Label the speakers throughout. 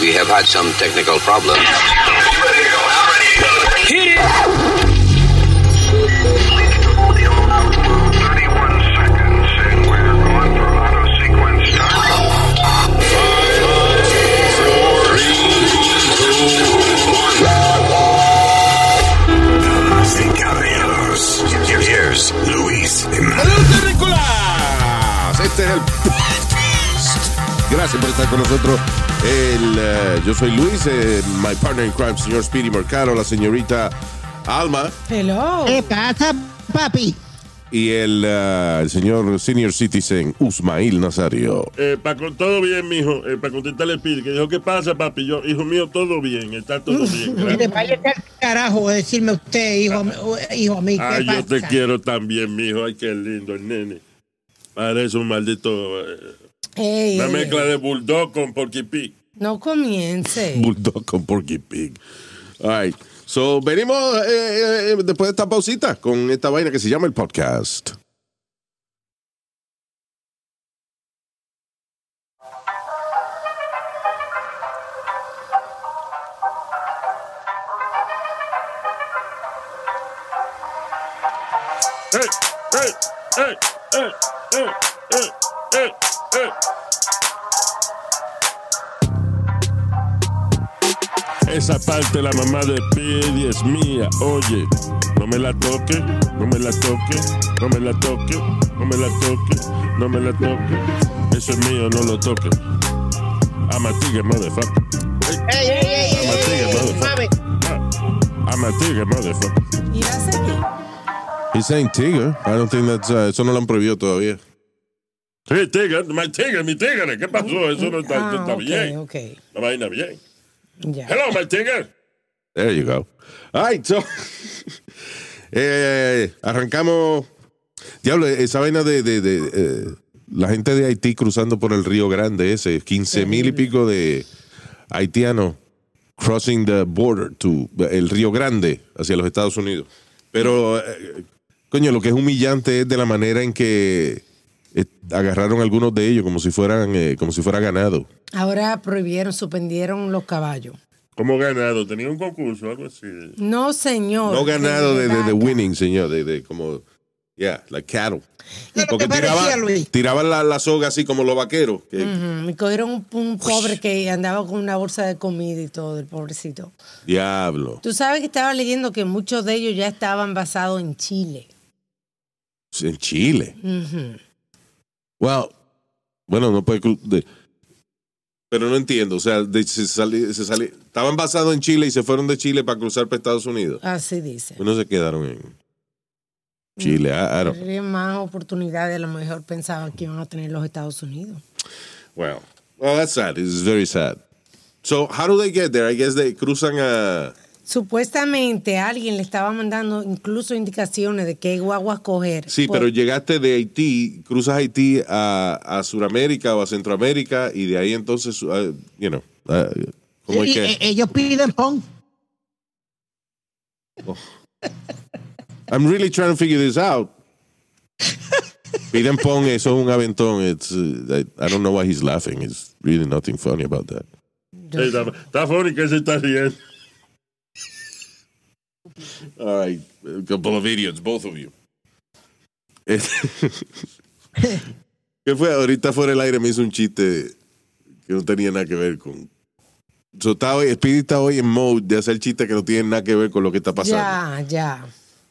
Speaker 1: We have had some technical problems.
Speaker 2: Hit it!
Speaker 3: Damas y caballeros, here's Luis
Speaker 4: ¡Adelante, Nicolás! Este es el podcast. Gracias por estar con nosotros. El, eh, yo soy Luis, eh, my partner in crime, señor Speedy Mercado, la señorita Alma
Speaker 5: Hello.
Speaker 6: ¿Qué pasa, papi?
Speaker 4: y el, eh, el señor senior citizen Usmail Nazario.
Speaker 7: Eh, pa- con todo bien, mijo. Eh, para contestarle el pide que dijo, ¿qué pasa, papi? Yo, hijo mío, todo bien, está todo bien.
Speaker 6: Que te
Speaker 7: gracias.
Speaker 6: vaya al carajo de decirme usted, hijo, hijo mío. ¿qué
Speaker 7: Ay, yo
Speaker 6: pasa?
Speaker 7: te quiero también, mijo. Ay, qué lindo el nene. Parece un maldito. eh,
Speaker 5: Ey,
Speaker 7: una
Speaker 5: ey,
Speaker 7: mezcla
Speaker 5: ey.
Speaker 7: de bulldog con porky pig.
Speaker 5: No comience.
Speaker 4: Bulldog con Porky Pig. All right. So, venimos eh, eh, eh, después de esta pausita con esta vaina que se llama el podcast.
Speaker 7: ¡Ey! ¡Ey! ¡Ey! ¡Ey! ¡Ey! ¡Ey! ¡Ey! ¡Ey! Esa parte la mamá de Pidi es mía, oye. No me la toque, no me la toque, no me la toque, no me la toque, no me la toque. Eso es mío, no lo toque. I'm a tigre, motherfucker.
Speaker 6: Ey, ey, ey, ey,
Speaker 7: Mamá,
Speaker 6: ey,
Speaker 7: sigue,
Speaker 6: ey,
Speaker 7: mamá.
Speaker 6: mami.
Speaker 7: I'm a tigre, motherfucker.
Speaker 5: Y la seguí.
Speaker 4: He's saying Tigger. I don't think that's, uh, eso no lo han prohibido todavía.
Speaker 7: Sí, tigre, my tigre, mi tigre. ¿Qué pasó? Eso no está, no
Speaker 5: Ah,
Speaker 7: está
Speaker 5: ok,
Speaker 7: bien.
Speaker 5: ok.
Speaker 7: La vaina bien.
Speaker 5: Ya.
Speaker 7: Hello, my tigre.
Speaker 4: There you go. All right, so. eh, arrancamos. Diablo, esa vaina de, de- de, eh, la gente de Haití cruzando por el Río Grande ese, 15 mil y pico de haitianos crossing the border to el Río Grande hacia los Estados Unidos. Pero, eh, coño, lo que es humillante es de la manera en que eh, agarraron algunos de ellos como si fueran, eh, como si fuera ganado.
Speaker 5: Ahora prohibieron, suspendieron los caballos.
Speaker 7: ¿Cómo ganado? ¿Tenía un concurso o algo así?
Speaker 5: No, señor.
Speaker 4: No ganado de, de, de
Speaker 5: vaca.
Speaker 4: winning, señor, de, de como, yeah, like cattle.
Speaker 6: ¿Qué te
Speaker 4: Porque
Speaker 6: parecía,
Speaker 4: tiraban
Speaker 6: Luis?
Speaker 4: tiraban la, la soga así como los vaqueros. que-
Speaker 5: Ujú, Me cogieron un, un pobre que andaba con una bolsa de comida y todo, el pobrecito.
Speaker 4: Diablo.
Speaker 5: Tú sabes que estaba leyendo que muchos de ellos ya estaban basados en Chile.
Speaker 4: Pues, En Chile.
Speaker 5: Ujú.
Speaker 4: Wow. Bueno, no puede. cru- de- pero no entiendo. O sea, de- se sali- se sali- estaban basados en Chile y se fueron de Chile para cruzar para Estados Unidos.
Speaker 5: Así dice.
Speaker 4: No se quedaron en Chile. I- I don't-
Speaker 5: Habría más oportunidades, a lo mejor pensaban que iban a tener los Estados Unidos.
Speaker 4: Wow. Well, that's sad. It's very sad. So, how do they get there? I guess they cruzan a.
Speaker 5: Supuestamente alguien le estaba mandando incluso indicaciones de qué guaguas coger. Pues
Speaker 4: Sí,
Speaker 5: Por-
Speaker 6: Pues
Speaker 4: pero llegaste de Haití, cruzas Haití a, a Sudamérica o a Centroamérica y de ahí entonces, uh, you know, uh, ¿cómo es
Speaker 6: Y-
Speaker 4: que?
Speaker 6: e- Ellos piden pon.
Speaker 4: I'm really trying to figure this out. Piden pong, eso es un aventón. It's, uh, I, I don't know why he's laughing. It's really nothing funny about that.
Speaker 5: Yo-
Speaker 7: Está, está funny que se está riendo.
Speaker 4: All right, a couple of idiots, both of you. ¿Qué fue? Ahorita fuera del aire me hizo un chiste que no tenía nada que ver con. So, está hoy, Speedy está hoy en mode de hacer chistes que no tienen nada que ver con lo que está pasando.
Speaker 5: ya, ya.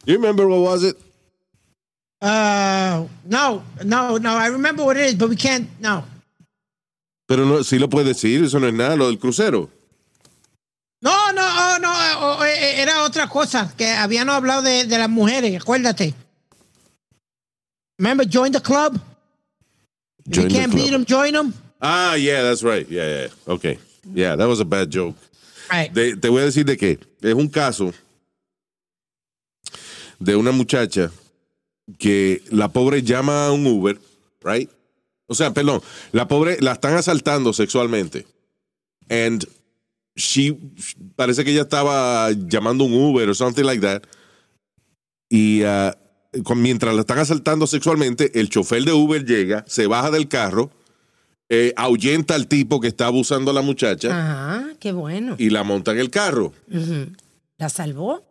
Speaker 4: You remember what was it?
Speaker 6: Ah, no, no, no. I remember what it is, but we can't. No.
Speaker 4: Pero no, sí lo puedes decir, eso no es nada, lo del crucero.
Speaker 6: No, no, oh, no. oh, oh, eh, era otra cosa que habían hablado de, de las mujeres. Acuérdate. Remember, join the club. If
Speaker 4: Join
Speaker 6: you
Speaker 4: the
Speaker 6: can't
Speaker 4: club.
Speaker 6: beat them, join them.
Speaker 4: Ah, yeah, that's right. Yeah, yeah. Okay. Yeah, that was a bad joke.
Speaker 6: Right.
Speaker 4: De- te voy a decir de qué. Es un caso de una muchacha que la pobre llama a un Uber, right? O sea, perdón, la pobre la están asaltando sexualmente. And she parece que ella estaba llamando un Uber o something like that. Y ah, con- mientras la están asaltando sexualmente, el chofer de Uber llega, se baja del carro eh, ahuyenta al tipo que está abusando a la
Speaker 5: Ah.
Speaker 4: muchacha
Speaker 5: Ajá, qué bueno.
Speaker 4: y la monta en el carro.
Speaker 5: ¿La salvó?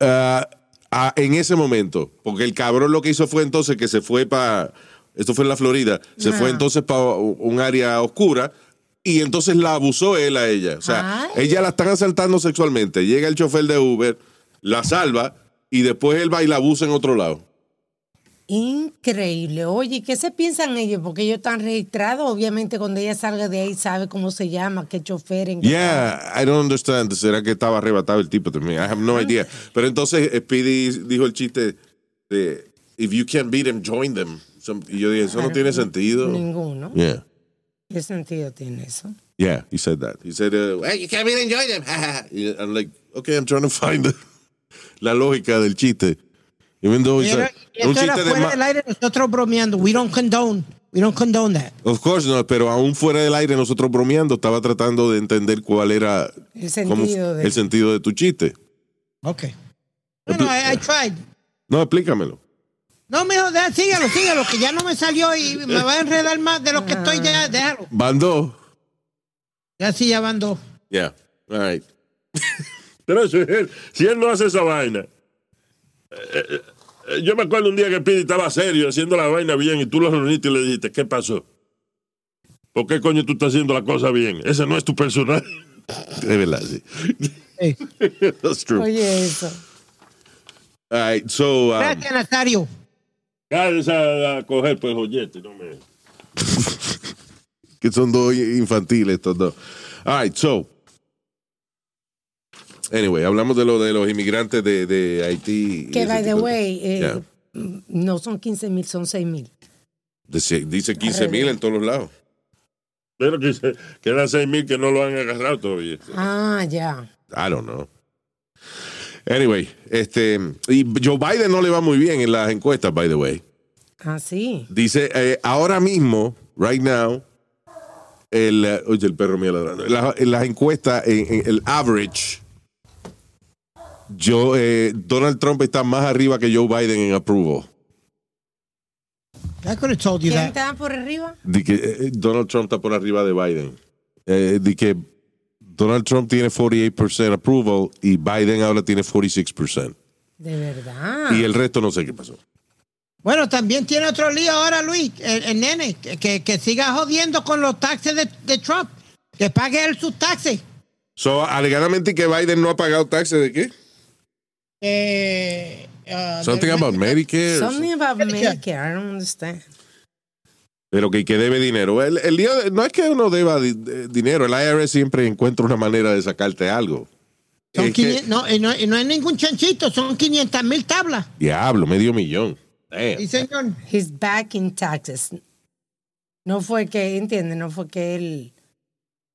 Speaker 4: Ah, ah, en ese momento, porque el cabrón lo que hizo fue entonces que se fue para, esto fue en la Florida, se
Speaker 5: Ah.
Speaker 4: fue entonces para un área oscura y entonces la abusó él a ella. O sea,
Speaker 5: Ay.
Speaker 4: ella la están asaltando sexualmente, llega el chofer de Uber, la salva y después él va y la abusa en otro lado.
Speaker 5: Increíble. Oye, ¿y ¿qué se piensan ellos? Porque ellos están registrados. Obviamente, cuando ella salga de ahí, sabe cómo se llama, qué chofer, en qué
Speaker 4: Yeah, I don't understand. ¿Será que estaba arrebatado el tipo también? I have no idea. Pero entonces eh, Speedy dijo el chiste de if you can't beat them, join them. Some- Y yo dije, eso no tiene sentido.
Speaker 5: Ninguno.
Speaker 4: Yeah,
Speaker 5: ¿Qué sentido tiene eso?
Speaker 4: yeah, he said that. He said, uh, "Well, you can't beat them, join them. Yeah, I'm like, okay, I'm trying to find the- la lógica del chiste. Even though it's
Speaker 6: Era,
Speaker 4: a-
Speaker 6: y esto era
Speaker 4: de
Speaker 6: fuera
Speaker 4: ma-
Speaker 6: del aire, nosotros bromeando. We don't condone. We don't condone that.
Speaker 4: Of course, no, pero aún fuera del aire, nosotros bromeando, estaba tratando de entender cuál era
Speaker 5: El sentido de-
Speaker 4: el sentido de tu chiste.
Speaker 6: Okay. Bueno, I, I tried.
Speaker 4: No, explícamelo.
Speaker 6: No, mijo, deja, síguelo, síguelo, que ya no me salió y me va a enredar más de lo que estoy ya. Déjalo.
Speaker 4: Bandó.
Speaker 6: Ya sí, ya van dos.
Speaker 4: Yeah. All right.
Speaker 7: Pero si él, si él no hace esa vaina. eh, eh, eh, Yo me acuerdo un día que Pidi estaba serio haciendo la vaina bien y tú lo reuniste y le dijiste, ¿qué pasó? ¿Por qué coño tú estás haciendo la cosa bien? Ese no es tu personaje.
Speaker 4: Es verdad, sí.
Speaker 6: Hey.
Speaker 4: That's true.
Speaker 5: Oye, eso.
Speaker 4: All right, so. um,
Speaker 6: Gracias, Nazario.
Speaker 7: Cállese a, a coger pues joyete, no me...
Speaker 4: que son dos infantiles estos dos. All right, so. Anyway, hablamos de, lo, de los inmigrantes de, de Haití. y
Speaker 5: Que,
Speaker 4: ese
Speaker 5: by the
Speaker 4: tipo de-
Speaker 5: way, eh,
Speaker 4: Yeah.
Speaker 5: no son 15 mil, son 6 mil.
Speaker 4: Dice, dice 15 mil en todos los lados.
Speaker 7: Pero que se- quedan seis mil que no lo han agarrado todavía.
Speaker 5: Ah, ya.
Speaker 4: I don't know. Anyway, este. Y Joe Biden no le va muy bien en las encuestas, by the way.
Speaker 5: Ah, sí.
Speaker 4: Dice, eh, ahora mismo, right now, el, eh, oye, el perro mío ladrando. La- en las encuestas, en, en el average, yo, eh, Donald Trump está más arriba que Joe Biden en approval.
Speaker 6: I could have told you
Speaker 5: ¿Quién
Speaker 6: that.
Speaker 5: está por arriba?
Speaker 4: Di que, eh, Donald Trump está por arriba de Biden. Eh, di que Donald Trump tiene 48% approval y Biden ahora tiene 46%.
Speaker 5: De verdad.
Speaker 4: Y el resto no sé qué pasó.
Speaker 6: Bueno, también tiene otro lío ahora, Luis, el, el nene, que- que, que siga jodiendo con los taxes de, de Trump. Que pague él sus taxes.
Speaker 4: So, alegadamente que Biden no ha pagado taxes de qué?
Speaker 6: Eh, ah,
Speaker 4: Something
Speaker 6: de-
Speaker 4: about Medicare. or
Speaker 5: Something about Medicare, I don't understand.
Speaker 4: Pero que, que debe dinero. El, el lío de- no es que uno deba di- de- dinero. El IRS siempre encuentra una manera de sacarte algo.
Speaker 6: Son
Speaker 4: Es que-
Speaker 6: 500 no, y no, y no es ningún chanchito, son 500 mil tablas.
Speaker 4: diablo, medio millón. Damn.
Speaker 6: Sí, señor.
Speaker 5: He's back in taxes. No fue que, entiende, no fue que él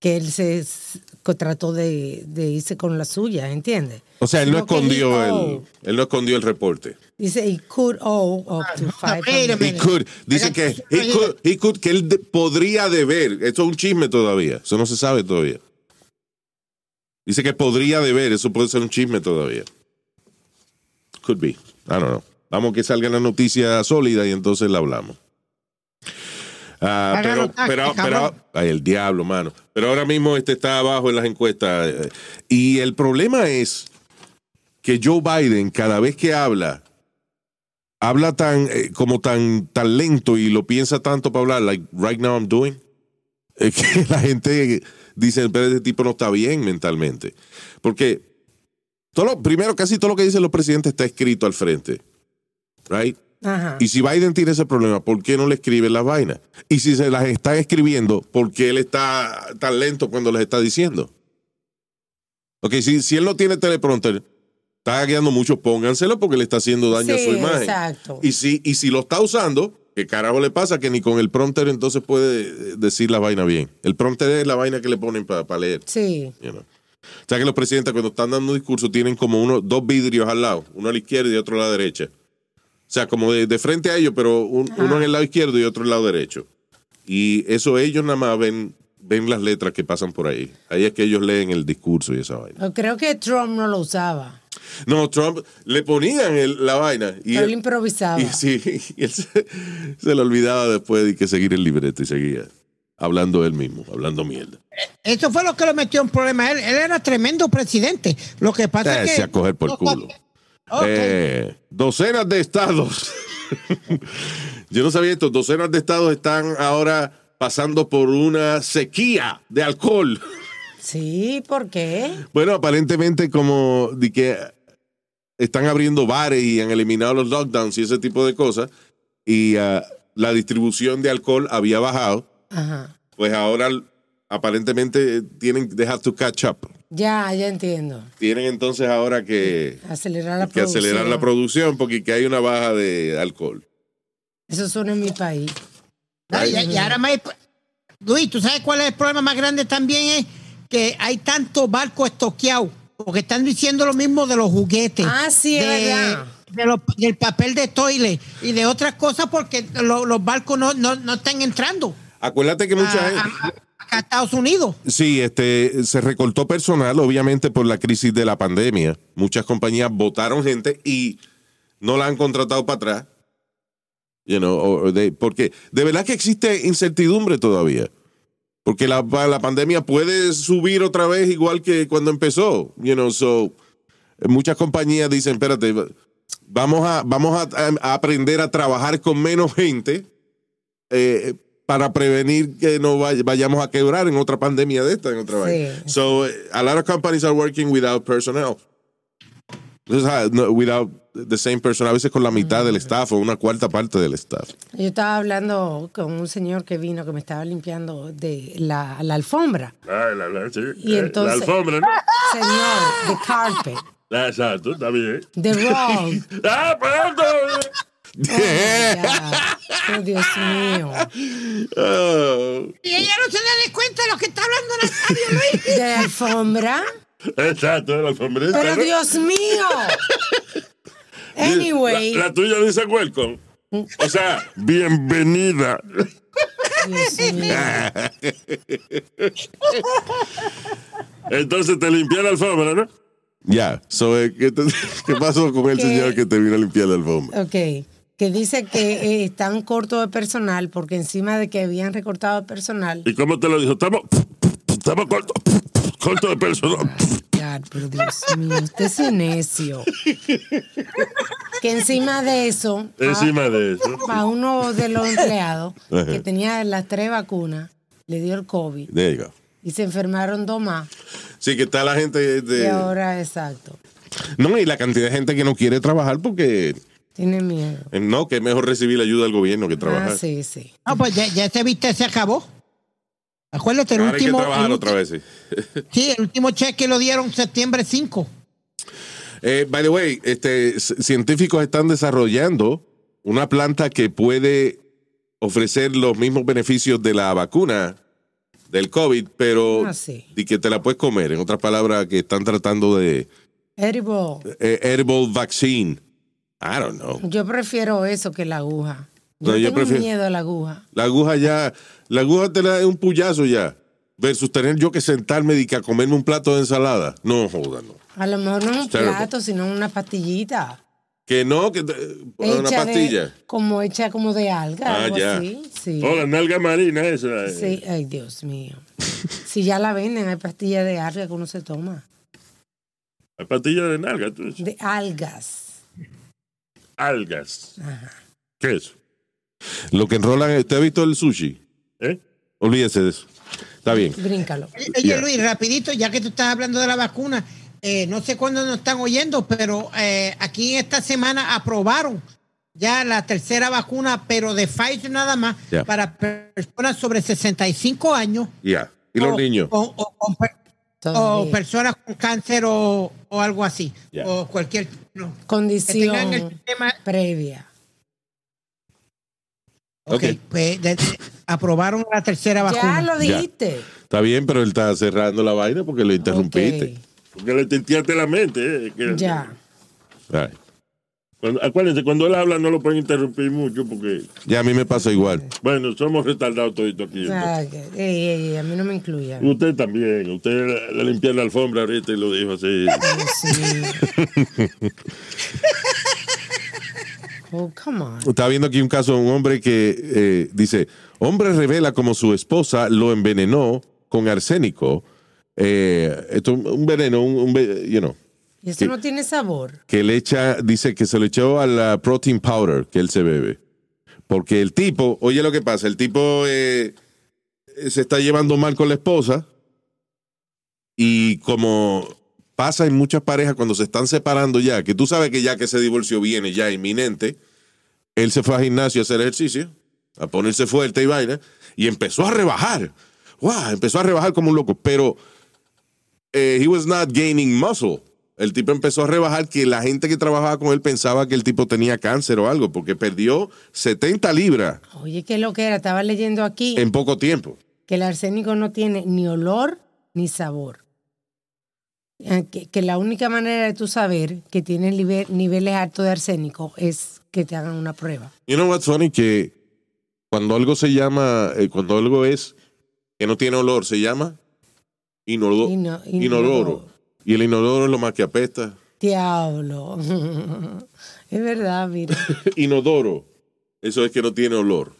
Speaker 5: que él se s- co- trató de, de irse con la suya, ¿entiende?
Speaker 4: O sea, él no
Speaker 5: Sino que
Speaker 4: escondió
Speaker 5: he
Speaker 4: el,
Speaker 5: owed.
Speaker 4: él no escondió el reporte.
Speaker 5: Dice, he could owe up to five
Speaker 6: Ah, wait a
Speaker 5: hundred.
Speaker 6: minute.
Speaker 4: He could, dice
Speaker 6: Oiga,
Speaker 4: que
Speaker 6: sí,
Speaker 4: he
Speaker 6: oiga.
Speaker 4: could- he could- que él de- podría deber. Esto es un chisme todavía. Eso no se sabe todavía. Dice que podría deber. Eso puede ser un chisme todavía. Could be. I don't know. Vamos que salga la noticia sólida y entonces la hablamos. Ah,
Speaker 6: Hagan
Speaker 4: pero,
Speaker 6: los taxes,
Speaker 4: pero, pero,
Speaker 6: cabrón.
Speaker 4: ay, el diablo, mano. Pero ahora mismo este está abajo en las encuestas. eh, Y el problema es que Joe Biden, cada vez que habla, habla tan, eh, como tan, tan lento y lo piensa tanto para hablar, like right now I'm doing. Es que la gente dice, pero este tipo no está bien mentalmente. Porque todo lo- primero, casi todo lo que dicen los presidentes está escrito al frente. Right?
Speaker 5: Ajá.
Speaker 4: Y si Biden tiene ese problema, ¿por qué no le escribe las vainas? Y si se las está escribiendo, ¿por qué él está tan lento cuando las está diciendo? Ok, si, si él no tiene teleprompter, está guiando mucho, pónganselo porque le está haciendo daño a
Speaker 5: Sí,
Speaker 4: su imagen.
Speaker 5: exacto.
Speaker 4: Y si, y si lo está usando, ¿qué carajo le pasa? Que ni con el prompter entonces puede eh, decir la vaina bien. El prompter es la vaina que le ponen para leer.
Speaker 5: Sí,
Speaker 4: You know. O sea que los presidentes cuando están dando un discurso tienen como uno, dos vidrios al lado, uno a la izquierda y otro a la derecha. O sea, como de, de frente a ellos, pero un- uno en el lado izquierdo y otro en el lado derecho. Y eso ellos nada más ven, ven las letras que pasan por ahí. Ahí es que ellos leen el discurso y esa vaina.
Speaker 5: yo creo que Trump no lo usaba,
Speaker 4: No, Trump le ponían el- la vaina y,
Speaker 5: pero
Speaker 4: él-
Speaker 5: él improvisaba.
Speaker 4: y sí, y él se, se le olvidaba después de que seguir el libreto y seguía. hablando él mismo, hablando mierda.
Speaker 6: Eso fue lo que lo metió en problema. Él, él era tremendo presidente. Lo que pasa
Speaker 4: Eh,
Speaker 6: es que.
Speaker 4: se a coger por
Speaker 6: Ok.
Speaker 4: culo.
Speaker 6: Ok.
Speaker 4: Eh, docenas de estados. Yo no sabía esto. Docenas de estados están ahora pasando por una sequía de alcohol.
Speaker 5: Sí, ¿por qué?
Speaker 4: Bueno, aparentemente como de que están abriendo bares y han eliminado los lockdowns y ese tipo de cosas y ah, la distribución de alcohol había bajado,
Speaker 5: Ajá.
Speaker 4: pues ahora aparentemente tienen they have to catch up.
Speaker 5: Ya, ya entiendo.
Speaker 4: Tienen entonces ahora que
Speaker 5: Acelerar la
Speaker 4: que
Speaker 5: producción.
Speaker 4: acelerar la producción porque que hay una baja de alcohol.
Speaker 5: Eso suena en mi país.
Speaker 6: No, y, y ahora más- Luis, ¿tú sabes cuál es el problema más grande también? Es que hay tantos barcos estoqueados, porque están diciendo lo mismo de los juguetes.
Speaker 5: Ah, sí, es
Speaker 6: de,
Speaker 5: verdad.
Speaker 6: de los- del papel de toile y de otras cosas, porque lo- los barcos no, no, no están entrando
Speaker 4: Acuérdate que
Speaker 6: a,
Speaker 4: mucha gente...
Speaker 6: a- a- a Estados Unidos.
Speaker 4: Sí, este, se recortó personal, obviamente, por la crisis de la pandemia. Muchas compañías votaron gente y no la han contratado para atrás. You know, or- or they- porque de verdad que existe incertidumbre todavía. Porque la, la pandemia puede subir otra vez igual que cuando empezó. You know, so, muchas compañías dicen, espérate, vamos a, vamos a, a aprender a trabajar con menos gente eh, para prevenir que no vay- vayamos a quebrar en otra pandemia de esta, en otra
Speaker 5: Sí.
Speaker 4: vaina. So, eh, a lot of companies are working without personnel. Entonces, ah, no, without the same person, a veces con la mitad del staff o una cuarta parte del staff.
Speaker 5: Yo estaba hablando con un señor que vino que me estaba limpiando de la, la alfombra.
Speaker 7: Ay, la, la, sí.
Speaker 5: Y
Speaker 7: Eh,
Speaker 5: entonces-
Speaker 7: la alfombra, ¿no?
Speaker 5: Señor, the carpet,
Speaker 7: Ah, Exacto, está bien.
Speaker 5: the rug.
Speaker 7: ¡Ah, perdón!
Speaker 5: Ya. Oh, Dios mío.
Speaker 4: Oh.
Speaker 6: Y ella no se da cuenta de lo que está hablando Nazario Luis.
Speaker 5: De la alfombra.
Speaker 7: Exacto, la alfombra.
Speaker 5: Pero
Speaker 7: ¿no?
Speaker 5: Dios mío. Anyway,
Speaker 7: La, la tuya dice welcome. O sea, bienvenida.
Speaker 5: Dios mío.
Speaker 7: Entonces te limpié la alfombra, ¿no?
Speaker 4: Ya, so, eh, ¿qué, te- qué pasó con el
Speaker 5: ¿Qué?
Speaker 4: señor que te vino a limpiar el alfombra?
Speaker 5: Ok, que dice que eh, están cortos de personal porque encima de que habían recortado personal.
Speaker 7: ¿Y cómo te lo dijo? Estamos, estamos cortos corto de
Speaker 5: Ah.
Speaker 7: personal.
Speaker 5: Ya, pero Dios mío, usted es un necio. Que encima de eso,
Speaker 7: Encima de eso.
Speaker 5: a, a uno de los empleados
Speaker 4: Ajá.
Speaker 5: que tenía las tres vacunas, le dio el COVID
Speaker 4: There you go.
Speaker 5: y se enfermaron dos más.
Speaker 4: Sí, que está la gente
Speaker 5: Y
Speaker 4: de...
Speaker 5: ahora, exacto,
Speaker 4: No, y la cantidad de gente que no quiere trabajar porque...
Speaker 5: tiene miedo.
Speaker 4: eh, No, que es mejor recibir la ayuda del gobierno que trabajar.
Speaker 5: Ah, sí, sí.
Speaker 6: No, pues ya, ya ese viste, se acabó. Acuérdate, el
Speaker 4: Ahora hay que
Speaker 6: último,
Speaker 4: trabajar
Speaker 6: el
Speaker 4: otra
Speaker 6: ulti-
Speaker 4: vez, sí.
Speaker 6: Sí, el último cheque lo dieron septiembre 5.
Speaker 4: Eh, by the way, este, c- científicos están desarrollando una planta que puede ofrecer los mismos beneficios de la vacuna del COVID, pero
Speaker 5: Ah, sí.
Speaker 4: y que te la puedes comer. En otras palabras, que están tratando de
Speaker 5: Edible,
Speaker 4: eh, herbal vaccine. I don't know.
Speaker 5: yo prefiero eso que la aguja. Yo
Speaker 4: No, yo
Speaker 5: tengo
Speaker 4: prefiero-
Speaker 5: miedo a la aguja.
Speaker 4: La aguja ya, la aguja te la da un puyazo ya. Versus tener yo que sentarme y que a comerme un plato de ensalada. No, joda, no.
Speaker 5: A lo mejor no es un
Speaker 4: Terrible.
Speaker 5: plato, sino una pastillita.
Speaker 4: Que no, que te- una
Speaker 5: hecha
Speaker 4: pastilla.
Speaker 5: De, como hecha como de alga,
Speaker 4: Ah,
Speaker 5: algo
Speaker 4: ya. Oh,
Speaker 5: así. Sí.
Speaker 7: O la nalga marina esa. eh,
Speaker 5: Sí, ay Dios mío. si ya la venden, hay pastillas de alga que uno se toma.
Speaker 7: La patilla de nalga. tú dices.
Speaker 5: De algas.
Speaker 7: Algas. ¿Qué es?
Speaker 4: Lo que enrolan, ¿usted ha visto el sushi?
Speaker 7: ¿Eh?
Speaker 4: Olvídese de eso. Está bien.
Speaker 5: Bríncalo.
Speaker 6: Oye,
Speaker 4: Yeah.
Speaker 6: Luis, rapidito, ya que tú estás hablando de la vacuna, eh, no sé cuándo nos están oyendo, pero eh, aquí esta semana aprobaron ya la tercera vacuna, pero de Pfizer nada más,
Speaker 4: Yeah.
Speaker 6: para personas sobre 65 años.
Speaker 4: Ya. Y los
Speaker 6: o-
Speaker 4: niños.
Speaker 6: O, o- o oh, per- o
Speaker 5: Todavía.
Speaker 6: personas con cáncer o, o algo así.
Speaker 4: Yeah.
Speaker 6: O cualquier... no, que tengan el
Speaker 5: Condición
Speaker 6: sistema...
Speaker 5: previa.
Speaker 4: Ok.
Speaker 6: Ok, pues, de- de- aprobaron la tercera
Speaker 5: Ya
Speaker 6: vacuna.
Speaker 5: lo dijiste.
Speaker 4: Está bien, pero él está cerrando la vaina porque lo interrumpiste.
Speaker 7: Porque le tinteaste la mente. eh, que-
Speaker 5: Ok, Ya.
Speaker 4: All right.
Speaker 7: Cuando- acuérdense, cuando él habla no lo pueden interrumpir mucho porque,
Speaker 4: Ya a mí me pasó igual.
Speaker 7: bueno, somos retardados toditos aquí. entonces.
Speaker 5: Ah, que- ey, ey, ey, a mí no me incluya.
Speaker 7: Usted también. Usted le limpió la alfombra ahorita y lo dijo así.
Speaker 5: Dios mío. Oh, come on.
Speaker 4: Estaba viendo aquí un caso de un hombre que eh, dice, hombre revela como su esposa lo envenenó con arsénico. Eh, esto es un veneno, un, un ve- you know,
Speaker 5: Y eso
Speaker 4: Sí.
Speaker 5: no tiene sabor.
Speaker 4: que le echa, dice que se lo echó a la protein powder que él se bebe. Porque el tipo, oye lo que pasa, el tipo eh, se está llevando mal con la esposa y como pasa en muchas parejas cuando se están separando ya, que tú sabes que ya que ese divorcio viene ya inminente, él se fue al gimnasio a hacer ejercicio, a ponerse fuerte y vaina, y empezó a rebajar. ¡Wow! Empezó a rebajar como un loco, pero eh, he was not gaining muscle. El tipo empezó a rebajar que la gente que trabajaba con él pensaba que el tipo tenía cáncer o algo, porque perdió 70 libras
Speaker 5: Oye, qué lo que era. Estaba leyendo aquí
Speaker 4: en poco tiempo.
Speaker 5: que el arsénico no tiene ni olor ni sabor. Eh, Que, que la única manera de tú saber que tienes libe- niveles altos de arsénico es que te hagan una prueba.
Speaker 4: You know what's funny? Que cuando algo se llama, eh, cuando algo es que no tiene olor, se llama inolo-
Speaker 5: Ino-
Speaker 4: Oh, inoloro.
Speaker 5: inodoro.
Speaker 4: Y el inodoro es lo más que apesta.
Speaker 5: Diablo. es verdad, mira.
Speaker 4: Inodoro. Eso es que no tiene olor.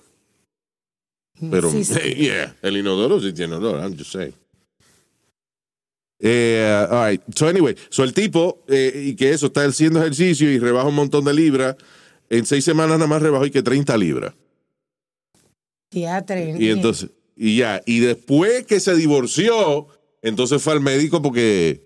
Speaker 4: Pero,
Speaker 5: Sí, sí.
Speaker 4: yeah, el inodoro sí tiene olor, I'm just saying. Eh, all right, so anyway, so el tipo, eh, y que eso, está haciendo ejercicio y rebaja un montón de libras, en seis semanas nada más rebajó y que 30 libras.
Speaker 5: Teatre.
Speaker 4: Y entonces, y ya, y después que se divorció, entonces fue al médico porque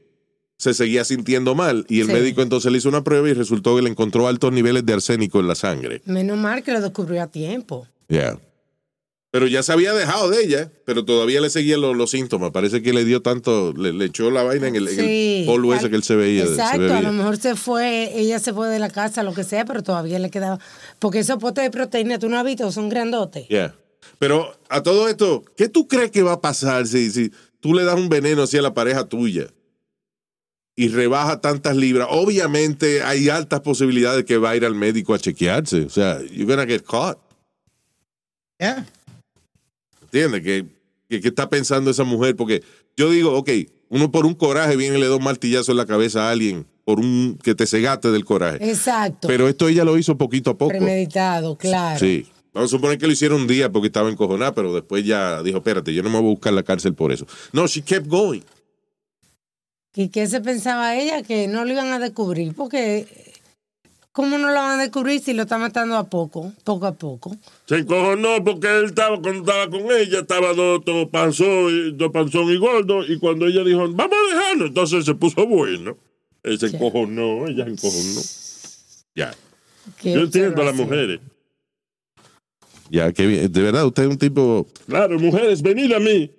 Speaker 4: se seguía sintiendo mal, y el
Speaker 5: Sí.
Speaker 4: médico entonces le hizo una prueba y resultó que le encontró altos niveles de arsénico en la sangre.
Speaker 5: Menos mal que lo descubrió a tiempo.
Speaker 4: Yeah. Pero ya se había dejado de ella, pero todavía le seguían los, los síntomas. Parece que le dio tanto, le, le echó la vaina en el, en el
Speaker 5: Sí.
Speaker 4: polvo ese que él se veía. se
Speaker 5: Exacto, a
Speaker 4: bebía.
Speaker 5: lo mejor se fue, ella se fue de la casa, lo que sea, pero todavía le quedaba. Porque esos potes de proteína, tú no has visto, son grandotes.
Speaker 4: Yeah. Pero a todo esto, ¿qué tú crees que va a pasar si, si tú le das un veneno así a la pareja tuya y rebaja tantas libras? Obviamente hay altas posibilidades que va a ir al médico a chequearse. O sea, you're gonna get caught.
Speaker 6: Yeah.
Speaker 4: ¿Entiendes? ¿Qué, qué, qué está pensando esa mujer? Porque yo digo, ok, uno por un coraje viene y le da un martillazo en la cabeza a alguien por un que te cegaste del coraje.
Speaker 5: Exacto.
Speaker 4: Pero esto ella lo hizo poquito a poco.
Speaker 5: premeditado, claro.
Speaker 4: Sí. Vamos a suponer que lo hicieron un día porque estaba encojonada, pero después ya dijo, espérate, yo no me voy a buscar la cárcel por eso. No, she kept going.
Speaker 5: ¿Y qué se pensaba ella? Que no lo iban a descubrir, porque ¿cómo no lo van a descubrir si lo está matando a poco, poco a poco?
Speaker 7: Se encojonó porque él estaba, cuando estaba con ella, estaba dos do panzón, y- do panzón y gordo, y cuando ella dijo, vamos a dejarlo, entonces se puso bueno. Él se encojonó, ella se encojonó.
Speaker 4: Ya.
Speaker 5: Que
Speaker 7: Yo entiendo a las
Speaker 5: observación.
Speaker 7: mujeres.
Speaker 4: Ya, que bien. De verdad, usted es un tipo.
Speaker 7: Claro, mujeres, venid a mí.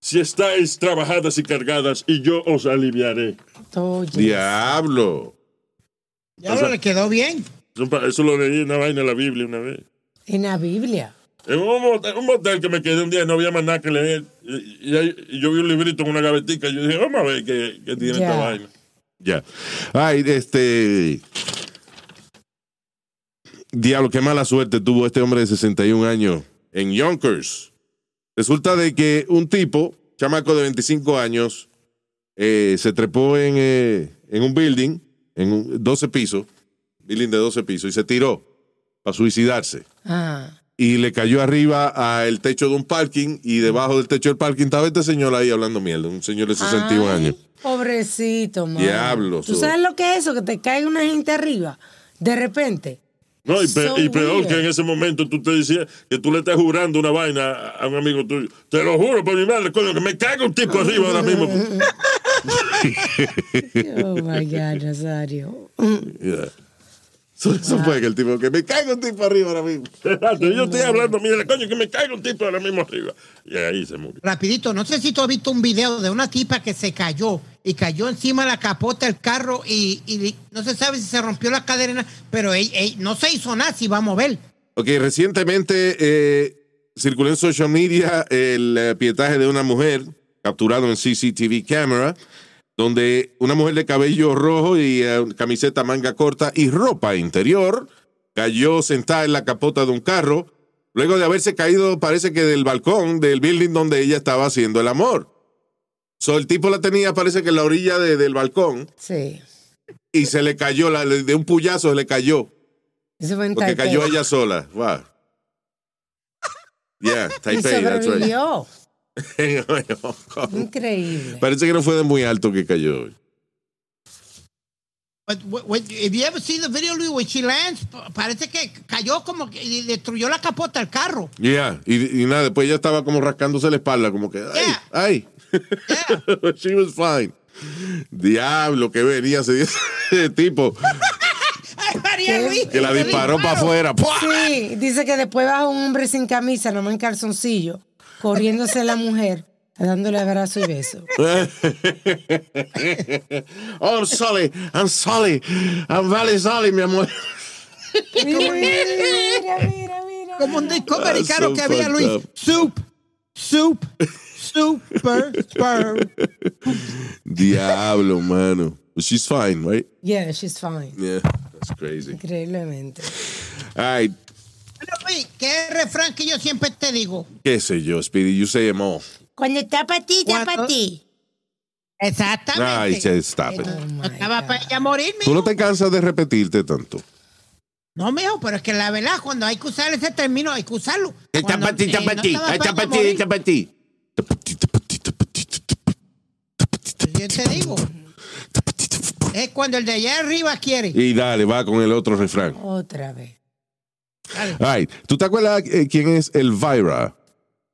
Speaker 7: Si estáis trabajadas y cargadas, y yo os aliviaré.
Speaker 5: Oye,
Speaker 4: Diablo.
Speaker 6: Ya lo le quedó bien.
Speaker 7: Eso, pa- eso lo leí en una vaina en la Biblia una vez.
Speaker 5: En la Biblia.
Speaker 7: En un motel, un motel que me quedé un día, no había más nada que leer. Y, y ahí- y yo vi un librito en una gavetica. Y yo dije, vamos a ver qué, qué tiene
Speaker 5: Ya.
Speaker 7: esta vaina.
Speaker 4: Ya. Ay, este. Diablo, qué mala suerte tuvo este hombre de 61 años en Yonkers. Resulta de que un tipo, chamaco de 25 años, eh, se trepó en, eh, en un building, en un 12 pisos, building de 12 pisos, y se tiró para suicidarse.
Speaker 5: Ah,
Speaker 4: Y le cayó arriba al techo de un parking, y debajo del techo del parking estaba este señor ahí hablando mierda, un señor de 61
Speaker 5: Ay,
Speaker 4: años.
Speaker 5: Pobrecito, man.
Speaker 4: Diablo,
Speaker 5: ¿Tú
Speaker 4: so-
Speaker 5: sabes lo que es eso? Que te cae una gente arriba, de repente.
Speaker 7: No, y, pe-
Speaker 5: So
Speaker 7: y peor
Speaker 5: weird.
Speaker 7: que en ese momento tú te decías que tú le estás jurando una vaina a- a un amigo tuyo. Te lo juro por mi madre, coño, que me caiga un tipo arriba ahora mismo.
Speaker 5: Oh my God, Nazario.
Speaker 4: Yeah. So, Eso fue que el tipo que me caiga un tipo arriba ahora mismo.
Speaker 7: Exacto, yo estoy hablando, mira, coño, que me caiga un tipo ahora mismo arriba. Y ahí se murió.
Speaker 6: Rapidito, no sé si tú has visto un video de una tipa que se cayó y cayó encima de la capota del carro y, y no se sabe si se rompió la cadena, pero ey- ey, no se hizo nada, si vamos a ver.
Speaker 4: Ok, recientemente eh, circuló en social media el eh, pietaje de una mujer capturado en CCTV camera, donde una mujer de cabello rojo y eh, camiseta manga corta y ropa interior cayó sentada en la capota de un carro, luego de haberse caído, parece que del balcón del building donde ella estaba haciendo el amor. So, el tipo la tenía, parece que en la orilla de- del balcón.
Speaker 5: Sí.
Speaker 4: y se le cayó, la, de un puyazo se le cayó.
Speaker 5: Eso fue en
Speaker 4: Porque
Speaker 5: Taipei.
Speaker 4: cayó ella sola. Wow. Yeah,
Speaker 5: Y
Speaker 4: Taipei, that's right.
Speaker 5: sobrevivió.
Speaker 4: Coño.
Speaker 5: Increíble.
Speaker 4: Parece que no fue de muy alto que cayó.
Speaker 6: But what- what- if you ever seen the video, Luis, when she lands, pa- parece que cayó como que y destruyó la capota al carro.
Speaker 4: Yeah, y, y nada, después ella estaba como rascándose la espalda, como que, ay,
Speaker 6: Yeah.
Speaker 4: ay. She was fine. Diablo, que venía ese, ese tipo
Speaker 6: Ay, María Luis.
Speaker 4: que la
Speaker 6: le
Speaker 4: disparó para
Speaker 6: disparo.
Speaker 4: afuera. ¡Pua!
Speaker 5: Sí, dice que después baja un hombre sin camisa, nomás en calzoncillo, corriéndose la mujer, dándole abrazo y beso.
Speaker 4: Oh, I'm sorry, I'm sorry, I'm very sorry, mi amor.
Speaker 5: Mira, mira, mira, mira.
Speaker 6: Como un Discovery
Speaker 4: That's
Speaker 6: caro
Speaker 4: Ah, so
Speaker 6: que había,
Speaker 4: fucked
Speaker 6: Luis.
Speaker 4: up.
Speaker 6: Soup, soup, super, super.
Speaker 4: Diablo, mano. But She's fine, right?
Speaker 5: Yeah, she's fine.
Speaker 4: Yeah, that's crazy.
Speaker 5: Increíblemente.
Speaker 4: Ay,
Speaker 6: Pero, Luis, ¿qué refrán que yo siempre te digo?
Speaker 4: qué sé yo, Speedy, you say them all.
Speaker 5: Cuando está para ti, está
Speaker 6: Cuando-
Speaker 5: para ti.
Speaker 6: Exactamente.
Speaker 4: Ay, che, stop it.
Speaker 5: Oh my
Speaker 6: Estaba
Speaker 5: God.
Speaker 6: para ella morir, mijo.
Speaker 4: Tú no te cansas de repetirte tanto.
Speaker 6: No, mijo, pero es que la verdad, cuando hay que usar ese término, hay que usarlo. Cuando,
Speaker 4: Tapatí,
Speaker 6: eh, no
Speaker 4: tapatí,
Speaker 6: estaba
Speaker 4: ay,
Speaker 6: para ella
Speaker 4: tapatí,
Speaker 6: morir,
Speaker 4: tapatí. Tapatí, tapatí, tapatí, tapatí,
Speaker 6: Yo te digo,
Speaker 4: tapatí, tapatí.
Speaker 6: es cuando el de allá arriba quiere.
Speaker 4: Y dale, va con el otro refrán.
Speaker 5: Otra vez.
Speaker 4: Ay, ¿tú te acuerdas eh, quién es Elvira?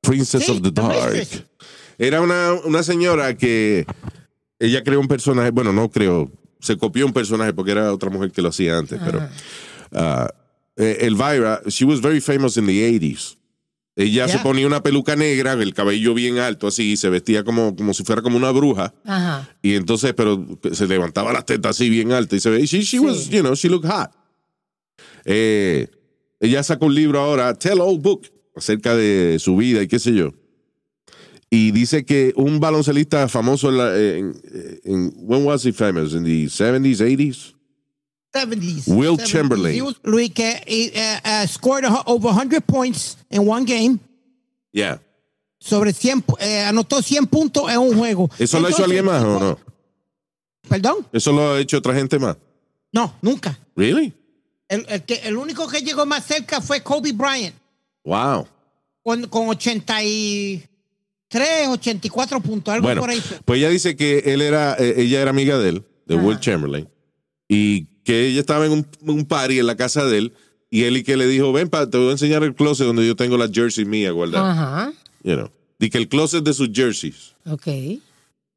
Speaker 4: Princess
Speaker 6: Sí,
Speaker 4: of the
Speaker 6: la
Speaker 4: Dark.
Speaker 6: mistress.
Speaker 4: Era una, una señora que ella creó un personaje, bueno, no creo, se copió un personaje porque era otra mujer que lo hacía antes, pero ah, eh, Elvira, she was very famous in the 80s. Ella se
Speaker 6: Yeah.
Speaker 4: ponía una peluca negra, el cabello bien alto así, y se vestía como, como si fuera como una bruja.
Speaker 5: Ajá.
Speaker 4: Y entonces, pero se levantaba las tetas así bien alta y se ve, she, she was, you know, she looked hot. Eh, ella sacó un libro ahora, Tell All Book, acerca de su vida y qué sé yo. Y dice que un baloncelista famoso en, la, en, en- when was he famous? In the 70s, 80s?
Speaker 6: 70s.
Speaker 4: Will
Speaker 6: 70s.
Speaker 4: Chamberlain.
Speaker 6: He was- Luis, que he, eh, eh, scored a- over 100 points in one game.
Speaker 4: Yeah.
Speaker 6: Sobre 100, pu- eh, anotó 100 puntos en un juego.
Speaker 4: ¿Eso lo ha hecho
Speaker 6: Entonces,
Speaker 4: alguien más o no?
Speaker 6: Perdón,
Speaker 4: ¿Eso lo ha hecho otra gente más?
Speaker 6: no, nunca.
Speaker 4: Really?
Speaker 6: El, el que, el único que llegó más cerca fue Kobe Bryant,
Speaker 4: Wow.
Speaker 6: con, con 83, 84 puntos, algo
Speaker 4: Bueno,
Speaker 6: por ahí.
Speaker 4: pues ella dice que él era, eh, ella era amiga de él, de Will Chamberlain, y que ella estaba en un, un party en la casa de él, y él y que le dijo, ven, pa, te voy a enseñar el closet donde yo tengo la jersey mía guardada.
Speaker 6: Ah.
Speaker 5: Ajá.
Speaker 4: You know. Y que el closet de sus jerseys,
Speaker 5: Ok.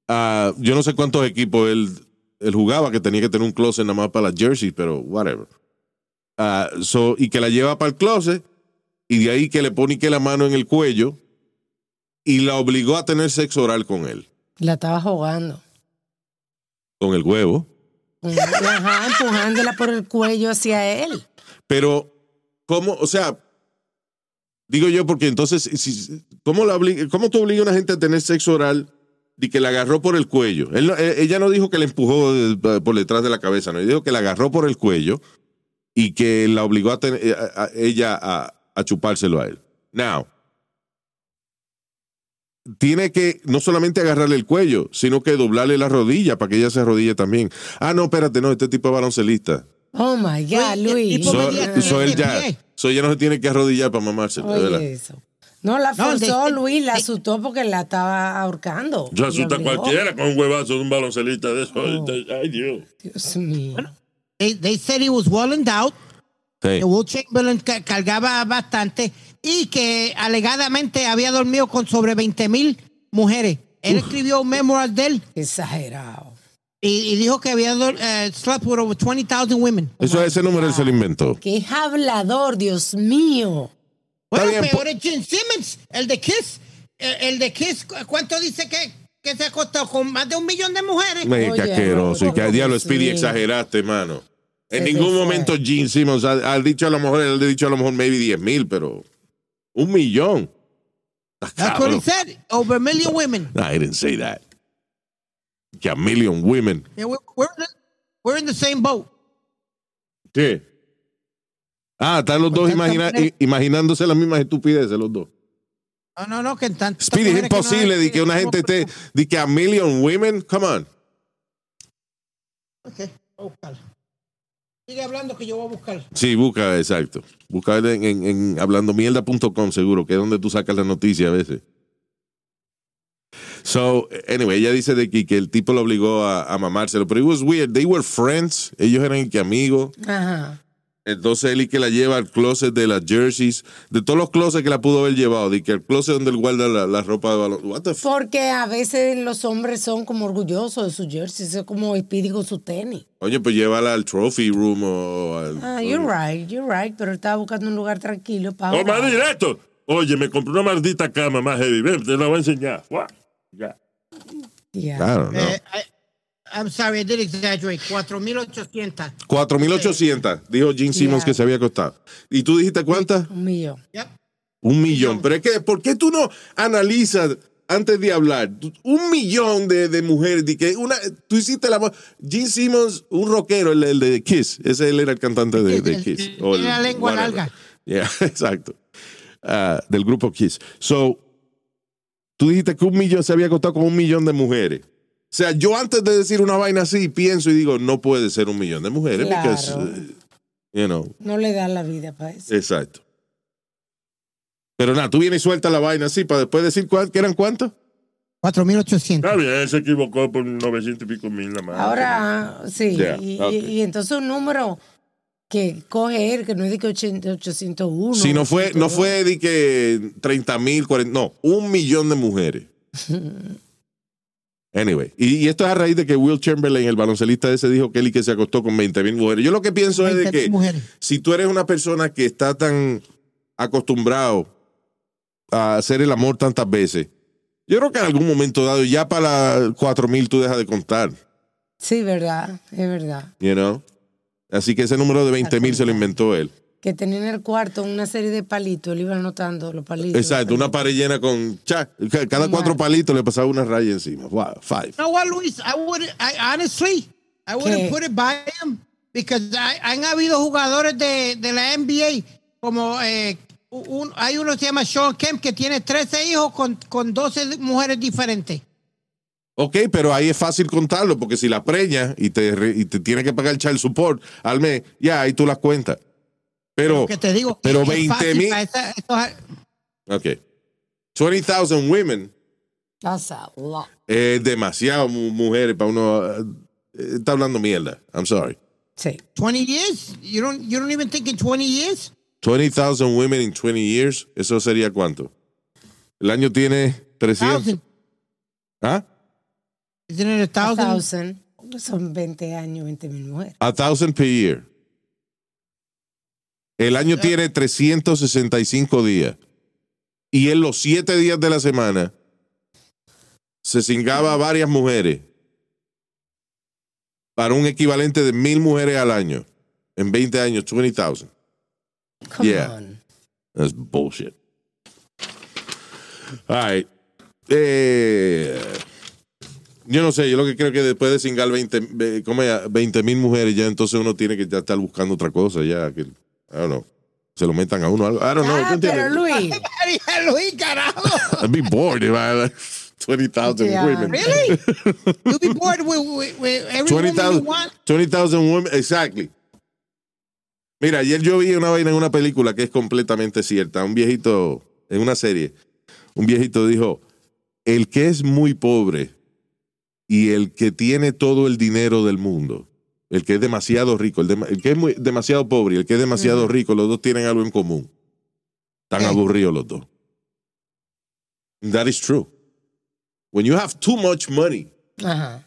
Speaker 4: ah, yo no sé cuántos equipos él, él jugaba, que tenía que tener un closet nada más para las jerseys, pero whatever. Ah, so, y que la lleva para el closet, y de ahí que le pone que la mano en el cuello, y la obligó a tener sexo oral con él,
Speaker 5: La estaba jugando.
Speaker 4: con el huevo.
Speaker 5: Ajá, empujándola por el cuello hacia él.
Speaker 4: Pero, ¿cómo? O sea, digo yo, porque entonces, si- ¿cómo, la obli- ¿cómo tú obligas a una gente a tener sexo oral y que la agarró por el cuello? Él no- eh, ella no dijo que la empujó eh, por detrás de la cabeza, no, ella dijo que la agarró por el cuello y que la obligó a, tener- eh, a- a ella a, a chupárselo a él. Now, tiene que no solamente agarrarle el cuello, sino que doblarle la rodilla para que ella se arrodille también. Ah, no, espérate, no, este tipo es baloncelista.
Speaker 5: Oh my God,
Speaker 6: Oye,
Speaker 5: Luis.
Speaker 6: el tipo
Speaker 4: So,
Speaker 6: medía
Speaker 4: so él ya,
Speaker 6: 10 pies.
Speaker 4: so ella no se tiene que arrodillar para mamarse, ¿verdad?
Speaker 5: Oye, eso. No, la
Speaker 6: No,
Speaker 5: forzó
Speaker 6: de- este-
Speaker 5: Luis, la
Speaker 6: de-
Speaker 5: asustó porque la estaba ahorcando.
Speaker 7: Yo asusta a
Speaker 5: La obligó.
Speaker 7: cualquiera con un huevazo de un baloncelista de eso.
Speaker 5: Oh.
Speaker 7: Ay, Dios.
Speaker 5: Dios mío.
Speaker 6: They, they said he was well endowed.
Speaker 4: Sí.
Speaker 6: que Will Chamberlain ca- cargaba bastante y que alegadamente había dormido con sobre 20 mil mujeres. Él escribió un memoir de él
Speaker 5: Exagerado.
Speaker 6: y, y dijo que había dor- eh, slept with over 20,000 women.
Speaker 4: Eso, ese número él se lo inventó.
Speaker 5: Qué hablador, Dios mío.
Speaker 6: Bueno,
Speaker 4: bien,
Speaker 6: peor es Gene Simmons, el de Kiss. El, el de Kiss, ¿cu- ¿cuánto dice que, que se ha acostado con más de un millón de mujeres?
Speaker 4: Me qué
Speaker 5: Oye,
Speaker 4: asqueroso. Y que
Speaker 5: no,
Speaker 4: diablo,
Speaker 5: Dios
Speaker 4: Speedy,
Speaker 5: mío.
Speaker 4: exageraste, mano. En
Speaker 5: Se
Speaker 4: ningún
Speaker 5: te fue.
Speaker 4: momento Gene Simmons ha, ha dicho a lo mejor, él ha dicho a lo mejor maybe 10 mil, pero un millón. Ah,
Speaker 6: That's what he
Speaker 4: cabrón.
Speaker 6: said. Over a million women.
Speaker 4: No, I didn't say that. Que a million women.
Speaker 6: Yeah, we're, we're in the- we're in the same boat.
Speaker 4: ¿Qué? Ah, están los dos
Speaker 6: Pues tantas
Speaker 4: imagina-
Speaker 6: mujeres.
Speaker 4: i- imaginándose las mismas estupideces, los dos.
Speaker 6: No, no, no, que en tantas
Speaker 4: Speedy, es
Speaker 6: mujeres que no-
Speaker 4: imposible de que una gente esté, de que a million women, come on.
Speaker 6: Ok, voy a buscarlo. Sigue hablando que yo voy a buscar.
Speaker 4: Sí, busca, exacto. Busca en, en, en hablandomierda.com seguro, que es donde tú sacas las noticias a veces. So, anyway, ella dice de que, que el tipo lo obligó a, a mamárselo, pero it was weird. They were friends. Ellos eran que amigos.
Speaker 5: Ajá.
Speaker 4: Entonces él y que la lleva al closet de las jerseys, de todos los closets que la pudo haber llevado, de que el closet donde él guarda la, la ropa de balón. What the fuck?
Speaker 5: Porque a veces los hombres son como orgullosos de sus jerseys, es como Speedy con su tenis.
Speaker 4: Oye, pues llévala al trophy room o al...
Speaker 5: Ah, you're right, you're right, pero estaba buscando un lugar tranquilo para
Speaker 4: Oh,
Speaker 7: ¡O más directo! Oye, me compré una maldita cama más heavy. Ven, te la voy a enseñar. Guau, Ya.
Speaker 4: Claro, no.
Speaker 6: Eh, I- I'm sorry, I did exaggerate. 4,800.
Speaker 4: 4.800, dijo Gene Simmons
Speaker 5: Yeah.
Speaker 4: que se había costado. ¿Y tú dijiste cuántas?
Speaker 5: Un millón.
Speaker 6: Yep.
Speaker 4: Un millón. Pero es que, ¿por qué tú no analizas antes de hablar? Tú- Un millón de, de mujeres. De que una, tú hiciste la voz. Gene Simmons, un rockero, el, el de Kiss. Ese él era el cantante de, de
Speaker 6: El que
Speaker 4: Kiss.
Speaker 6: tiene la lengua larga.
Speaker 4: Yeah, exacto. Ah, del grupo Kiss. So, tú dijiste que un millón se había costado como un millón de mujeres. O sea, yo antes de decir una vaina así, pienso y digo, no puede ser un millón de mujeres.
Speaker 5: Claro.
Speaker 4: Because, eh, you know,
Speaker 5: No le da la vida para eso.
Speaker 4: Exacto. Pero nada, tú vienes y sueltas la vaina así para después decir cuál, que eran cuántos.
Speaker 6: 4,800.
Speaker 7: Está bien, él se equivocó por 900 y pico mil la madre.
Speaker 5: Ahora, ah, sí,
Speaker 4: Yeah,
Speaker 5: y,
Speaker 4: Ah, ok.
Speaker 5: y- y entonces un número que coge él, que no es de que 80 801.
Speaker 4: si no fue, no
Speaker 5: 802.
Speaker 4: fue de que 30 mil, 40, no, un millón de mujeres. Anyway, y, y esto es a raíz de que Will Chamberlain, el baloncelista ese, dijo que él y que se acostó con 20 mil mujeres. Yo lo que pienso es de
Speaker 6: 20.000
Speaker 4: que
Speaker 6: mujeres.
Speaker 4: si tú eres una persona que está tan acostumbrado a hacer el amor tantas veces, yo creo que en algún momento dado, ya para las 4 mil tú dejas de contar.
Speaker 5: Sí, verdad, es verdad.
Speaker 4: you know? Así que ese número de 20 mil se lo inventó él.
Speaker 5: Que tenía en el cuarto una serie de palitos, él iba anotando los palitos.
Speaker 4: Exacto, una pared llena con cha, ca- cada cuatro palitos le pasaba una raya encima. Wow, five.
Speaker 6: You know what, Luis? I would, I honestly, I wouldn't
Speaker 5: ¿Qué?
Speaker 6: put it by him because I- han habido jugadores de, de la NBA como eh, un- hay uno que se llama Sean Kemp que tiene 13 hijos con, con 12 mujeres diferentes.
Speaker 4: Ok, pero ahí es fácil contarlo porque si la preña y te, re- y te tiene que pagar el child support al mes, ya ahí tú las cuentas. Pero,
Speaker 6: que te digo,
Speaker 4: pero
Speaker 6: es fácil
Speaker 4: 20 mil.
Speaker 6: para esa- esos-
Speaker 4: Ok. 20,000 women
Speaker 5: That's a lot.
Speaker 4: es demasiado mu- mujeres para uno. eh, está hablando mierda. I'm sorry.
Speaker 5: Sí.
Speaker 6: 20 years? You don't, you don't even think in 20 years?
Speaker 4: 20,000 women in 20 years, ¿eso sería cuánto? El año tiene 300.
Speaker 6: Thousand.
Speaker 4: ¿Ah?
Speaker 6: Isn't it a
Speaker 5: A
Speaker 6: thousand?
Speaker 5: thousand. Son 20 años, 20 mil mujeres.
Speaker 4: A thousand per year. El año tiene 365 días. Y en los siete días de la semana se cingaba a varias mujeres para un equivalente de mil mujeres al año. En 20 años, 20,000.
Speaker 5: Come
Speaker 4: Yeah.
Speaker 5: on.
Speaker 4: That's bullshit. All right. Eh, yo no sé, yo lo que creo que después de cingar 20 ve- ¿cómo era? 20 mil mujeres, ya entonces uno tiene que ya estar buscando otra cosa, ya que, I don't know, se lo metan a uno. algo. I don't know,
Speaker 5: ah,
Speaker 4: ¿tú entiendes?
Speaker 5: pero Luis.
Speaker 6: María Luis, carajo.
Speaker 4: I'd be bored if I had 20,000
Speaker 5: Yeah.
Speaker 4: women.
Speaker 6: Really? You'll be bored with, with, with every woman you
Speaker 4: 20,000
Speaker 6: want.
Speaker 4: 20,000 women, exactly. Mira, ayer yo vi una vaina en una película que es completamente cierta. Un viejito, en una serie, un viejito dijo, el que es muy pobre y el que tiene todo el dinero del mundo, el que es demasiado rico, el, dema- el que es muy- demasiado pobre y el que es demasiado
Speaker 6: Mm.
Speaker 4: rico, los dos tienen algo en común. Están
Speaker 6: ¿Qué?
Speaker 4: aburridos los dos. And that is true. When you have too much money,
Speaker 5: Ajá.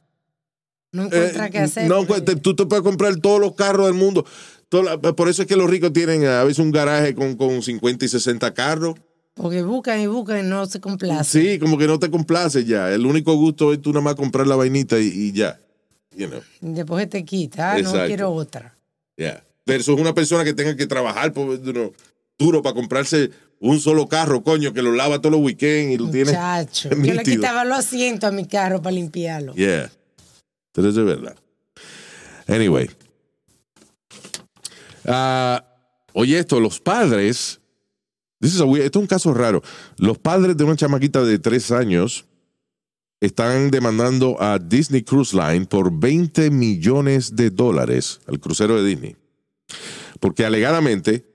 Speaker 5: No
Speaker 4: eh,
Speaker 5: encuentra qué hacer.
Speaker 4: no,
Speaker 5: con
Speaker 4: te-
Speaker 5: ella.
Speaker 4: tú te puedes comprar todos los carros del mundo. Toda la- por eso es que los ricos tienen a veces un garaje con, con 50 y 60 carros.
Speaker 5: Porque buscan y buscan y no se complace.
Speaker 4: Sí, como que no te complace ya. El único gusto es tú nada más comprar la vainita y, y ya. You know,
Speaker 5: Después te quita. Ah,
Speaker 4: Exacto.
Speaker 5: no quiero otra.
Speaker 4: yeah. Versus una persona que tenga que trabajar por- you know, duro para comprarse un solo carro, coño, que lo lava todos los weekends y lo tiene.
Speaker 5: Muchacho. Yo le
Speaker 4: nítido.
Speaker 5: quitaba los asientos a mi carro para limpiarlo.
Speaker 4: Yeah. Entonces es verdad. Anyway. Ah, oye, esto, los padres. this is a weird- esto es un caso raro. Los padres de una chamaquita de tres años están demandando a Disney Cruise Line por 20 millones de dólares al crucero de Disney. porque alegadamente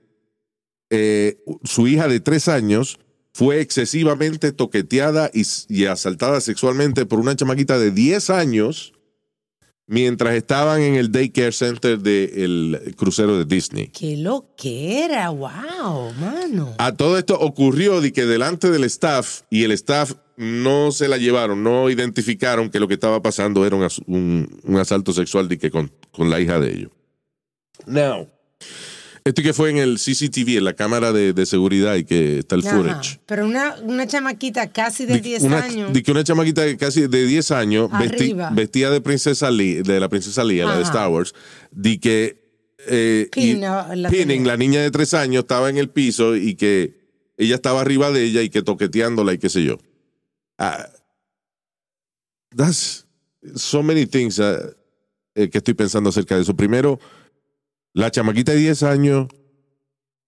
Speaker 4: eh, su hija de tres años fue excesivamente toqueteada y, y asaltada sexualmente por una chamaquita de 10 años mientras estaban en el daycare center del crucero de Disney.
Speaker 5: Qué lo que era, wow, mano.
Speaker 4: A todo esto ocurrió de que delante del staff y el staff no se la llevaron, no identificaron que lo que estaba pasando era un, as- un- un asalto sexual de que con, con la hija de ellos. Now, esto que fue en el CCTV, en la cámara de, de seguridad y que está el
Speaker 5: Ajá.
Speaker 4: footage.
Speaker 5: Pero una, una chamaquita casi de
Speaker 4: Di-
Speaker 5: 10
Speaker 4: una,
Speaker 5: años.
Speaker 4: di que una chamaquita de casi de 10 años, vesti-
Speaker 5: Arriba.
Speaker 4: vestida de princesa Lee, de la princesa Leia, la de
Speaker 5: Ajá.
Speaker 4: Star Wars, di que eh, y-
Speaker 5: Pin, la- la
Speaker 4: Pinning,
Speaker 5: tenía.
Speaker 4: la niña de 3 años, estaba en el piso y que ella estaba arriba de ella y que toqueteándola y qué sé yo. Ah, that's so many things ah, eh, que estoy pensando acerca de eso. Primero, la chamaquita de 10 años,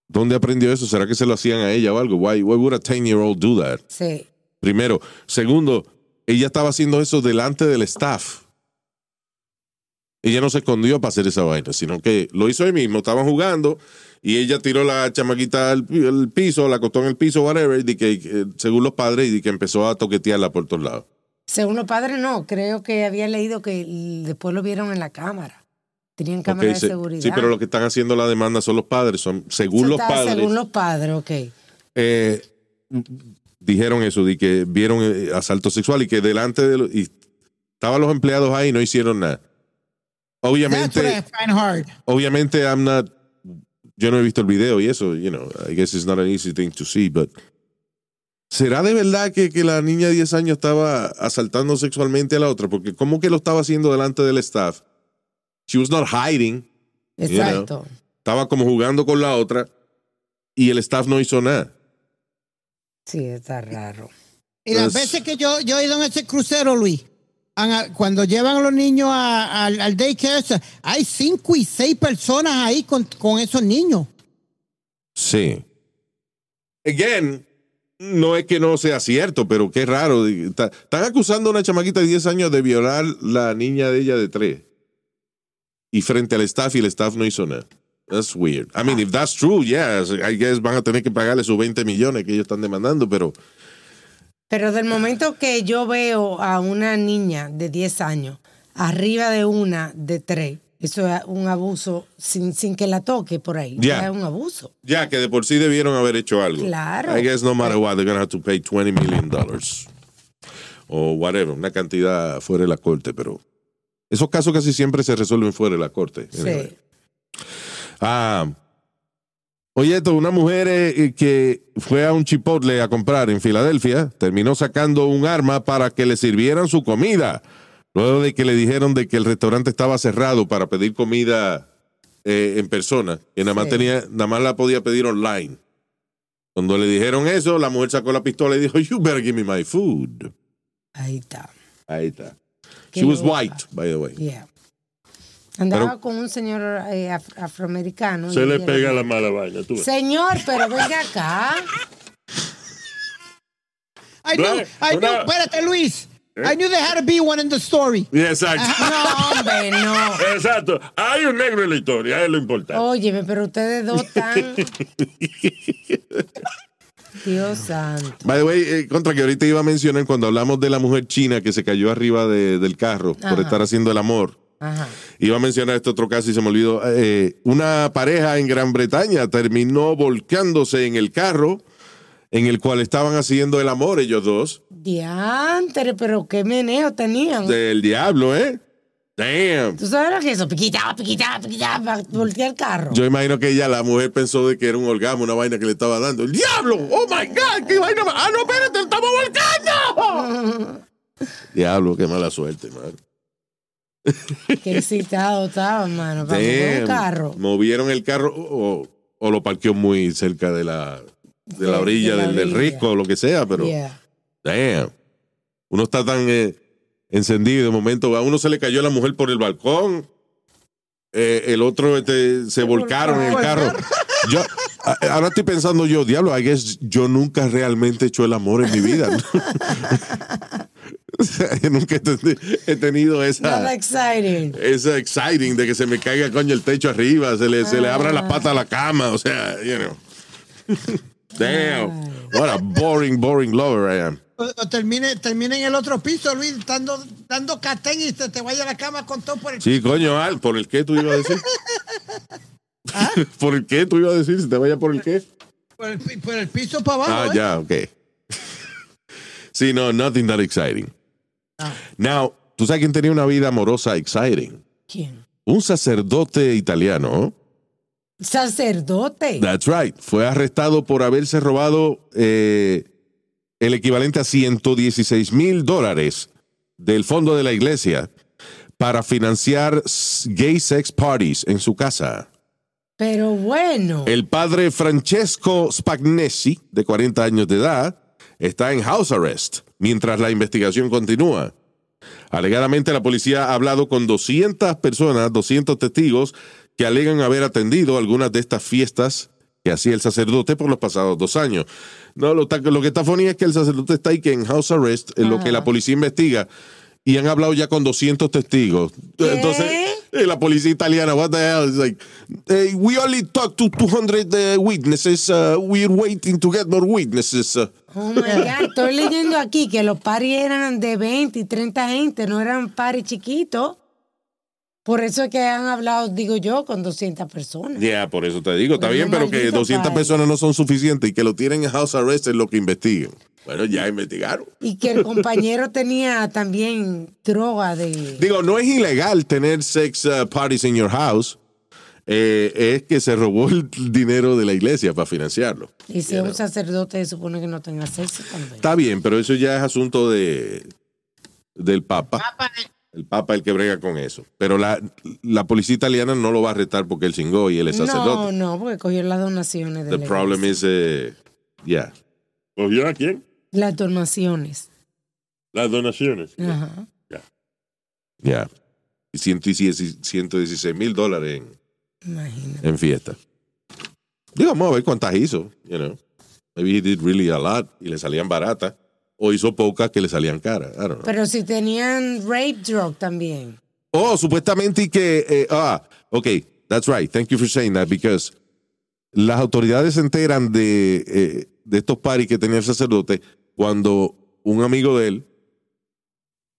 Speaker 4: ¿dónde aprendió eso? ¿Será que se lo hacían a ella o algo? Why, why would a 10-year-old do that?
Speaker 5: Sí.
Speaker 4: Primero. Segundo, ella estaba haciendo eso delante del staff. Ella no se escondió para hacer esa vaina, sino que lo hizo ahí mismo. Estaban jugando y ella tiró la chamaquita al, pi- al piso, la acostó en el piso, whatever, y de que, eh, según los padres, y de que empezó a toquetearla por todos lados.
Speaker 5: Según los padres, no. Creo que había leído que l- después lo vieron en la cámara. Tenían cámara
Speaker 4: Ok,
Speaker 5: de
Speaker 4: se-
Speaker 5: seguridad.
Speaker 4: sí, pero lo que están haciendo la demanda son los padres, son según los
Speaker 5: Estaba
Speaker 4: padres.
Speaker 5: Según los padres, ok.
Speaker 4: eh, dijeron eso, de que vieron eh, asalto sexual y que delante de los, y estaban los empleados ahí y no hicieron nada.
Speaker 6: That's
Speaker 4: Obviamente,
Speaker 6: what I find hard.
Speaker 4: obviamente I'm not, yo no he visto el video y eso, you know, I guess it's not an easy thing to see, but ¿será de verdad que, que la niña de 10 años estaba asaltando sexualmente a la otra? Porque ¿cómo que lo estaba haciendo delante del staff? She was not hiding. know.
Speaker 5: Exacto.
Speaker 4: Estaba como jugando con la otra y el staff no hizo nada.
Speaker 5: Sí, está raro.
Speaker 6: Y las
Speaker 4: Es-
Speaker 6: veces que yo, yo he ido en ese crucero, Luis, han- cuando llevan a los niños a- al, al daycare, ese, hay cinco y seis personas ahí con, con esos niños.
Speaker 4: Sí. Again, no es que no sea cierto, pero qué raro. Está- Están acusando a una chamaquita de 10 años de violar la niña de ella de 3. Y frente al staff, y el staff no hizo nada. That's weird. I mean, if that's true, yeah, I guess van a tener que pagarle sus 20 millones que ellos están demandando, pero
Speaker 5: Pero del momento que yo veo a una niña de 10 años arriba de una de 3, eso es un abuso sin, sin que la toque por ahí.
Speaker 4: Ya.
Speaker 5: Es un abuso.
Speaker 4: ya que de por sí debieron haber hecho algo.
Speaker 5: Claro.
Speaker 4: I guess no matter what, they're gonna have to pay 20 million dollars. O whatever, una cantidad fuera de la corte, pero esos casos casi siempre se resuelven fuera de la corte. Anyway.
Speaker 5: Sí.
Speaker 4: Ah. Oye, esto, una mujer eh, que fue a un chipotle a comprar en Filadelfia terminó sacando un arma para que le sirvieran su comida. Luego de que le dijeron de que el restaurante estaba cerrado para pedir comida eh, en persona, que nada más
Speaker 5: Sí.
Speaker 4: tenía, nada más la podía pedir online. Cuando le dijeron eso, la mujer sacó la pistola y dijo, "You better give me my food."
Speaker 5: Ahí está.
Speaker 4: Ahí está.
Speaker 5: Qué
Speaker 4: She was
Speaker 5: loca.
Speaker 4: white, by the way.
Speaker 5: Yeah. Andaba
Speaker 4: Pero-
Speaker 5: con un señor eh, af- afroamericano.
Speaker 7: Se
Speaker 5: y
Speaker 7: le
Speaker 5: ella
Speaker 7: pega
Speaker 5: era-
Speaker 7: la mala vaina, tú. ves.
Speaker 5: Señor, pero venga acá.
Speaker 6: I knew,
Speaker 7: Right,
Speaker 6: I knew,
Speaker 7: right.
Speaker 6: espérate, Luis.
Speaker 4: ¿Eh?
Speaker 6: I knew there had to be one in the story.
Speaker 7: Yeah, Exacto.
Speaker 5: No, hombre, no.
Speaker 7: Exacto. Hay un negro en la historia, es lo importante.
Speaker 5: Óyeme, pero ustedes dos tan. Dios santo.
Speaker 4: By the way, eh, contra que ahorita iba a mencionar cuando hablamos de la mujer china que se cayó arriba de- del carro por
Speaker 5: Ajá.
Speaker 4: estar haciendo el amor.
Speaker 5: Ajá.
Speaker 4: Iba a mencionar este otro caso y se me olvidó. Eh, una pareja en Gran Bretaña terminó volcándose en el carro en el cual estaban haciendo el amor ellos dos.
Speaker 5: Diantre, pero qué meneo tenían.
Speaker 4: Del diablo, ¿eh? Damn.
Speaker 5: ¿Tú sabes lo que es eso? Piquita, piquita, piquita, para voltear el carro.
Speaker 4: Yo imagino que ella, la mujer, pensó de que era un orgasmo, una vaina que le estaba dando. ¡El diablo! ¡Oh my God! ¡Qué vaina! ma- ¡Ah, no, espérate! ¡Estamos volcando! diablo, qué mala suerte, man.
Speaker 5: Qué excitado estaba, mano, para mover
Speaker 4: Damn.
Speaker 5: un carro.
Speaker 4: Movieron el carro o, o lo parqueó muy cerca de la, de la
Speaker 5: Sí,
Speaker 4: orilla,
Speaker 5: de la
Speaker 4: del, del
Speaker 5: orilla.
Speaker 4: risco o lo que sea, pero
Speaker 5: Yeah.
Speaker 4: damn. Uno está tan eh, encendido de momento. A uno se le cayó la mujer por el balcón. eh, el otro este, se volcaron en el carro. Yo, a- ahora estoy pensando yo, diablo, I guess yo nunca realmente he hecho el amor en mi vida. O sea, yo nunca he ten- he tenido esa,
Speaker 5: Nada exciting.
Speaker 4: esa exciting de que se me caiga coño el techo arriba, se le, se le abra la pata a la cama, o sea, you know. Damn, what a boring, boring lover I am.
Speaker 6: O, o termine, termine en el otro piso, Luis, dando, dando catén y se te vaya a la cama con todo por el
Speaker 4: Sí, coño, Al, ¿por el qué tú ibas a decir? ¿Por el qué tú ibas a decir? Si te vaya por el qué.
Speaker 6: Por el, pi- por el piso para abajo.
Speaker 4: Ah,
Speaker 6: ¿eh?
Speaker 4: ya, ok. sí, no, nothing that exciting.
Speaker 6: Ah.
Speaker 4: Now, ¿tú sabes quién tenía una vida amorosa exciting?
Speaker 5: ¿Quién?
Speaker 4: Un sacerdote italiano. ¿no?
Speaker 5: Sacerdote.
Speaker 4: That's right. Fue arrestado por haberse robado eh, el equivalente a 116 mil dólares del fondo de la iglesia para financiar s- gay sex parties en su casa.
Speaker 5: Pero bueno.
Speaker 4: El padre Francesco Spagnesi, de 40 años de edad, está en house arrest mientras la investigación continúa. Alegadamente la policía ha hablado con 200 personas, 200 testigos, que alegan haber atendido algunas de estas fiestas que hacía el sacerdote por los pasados dos años. No, lo, ta- lo que está funny es que el sacerdote está ahí que en house arrest, en lo que la policía investiga, y han hablado ya con 200 testigos. Entonces, eh, la policía italiana, what the hell, is like, "Hey, we only talked to 200 eh, witnesses, uh, we're waiting to get more witnesses. uh."
Speaker 5: Oh my God, estoy leyendo aquí que los paris eran de 20 y 30 gente, no eran paris chiquitos. Por eso es que han hablado, digo yo, con 200 personas.
Speaker 4: Ya, por eso te digo, está
Speaker 5: Bueno,
Speaker 4: bien, pero que
Speaker 5: maldito
Speaker 4: 200
Speaker 5: padre.
Speaker 4: personas no son suficientes y que lo tienen en house arrest es lo que investiguen. Bueno, ya investigaron.
Speaker 5: Y que el compañero tenía también droga de...
Speaker 4: Digo, no es ilegal tener sex uh, parties in your house. Eh, es que se robó el dinero de la iglesia para financiarlo.
Speaker 5: Y si es un sacerdote, se supone que no tenga sexo también.
Speaker 4: Está bien, pero eso ya es asunto de del Papa.
Speaker 6: Papá,
Speaker 4: El Papa es el que brega con eso. Pero la, la policía italiana no lo va a arrestar porque él cingó y él es
Speaker 5: No,
Speaker 4: sacerdote.
Speaker 5: no, porque cogió las donaciones de
Speaker 4: The
Speaker 5: la
Speaker 4: problem is,
Speaker 5: iglesia.
Speaker 4: eh, yeah.
Speaker 5: Oh.
Speaker 7: ¿Cogió a quién?
Speaker 5: Las donaciones.
Speaker 7: Las donaciones.
Speaker 5: Ajá.
Speaker 4: Ya. Y 116 mil dólares en,
Speaker 5: Imagínate.
Speaker 4: en fiesta. Digo, vamos a ver cuántas hizo, you know. Maybe he did really a lot y le salían baratas. O hizo pocas que le salían caras. I don't know.
Speaker 5: Pero si tenían rape drug también.
Speaker 4: Oh, supuestamente y que... eh, ah, ok, that's right. Thank you for saying that because las autoridades se enteran de, eh, de estos paris que tenía el sacerdote cuando un amigo de él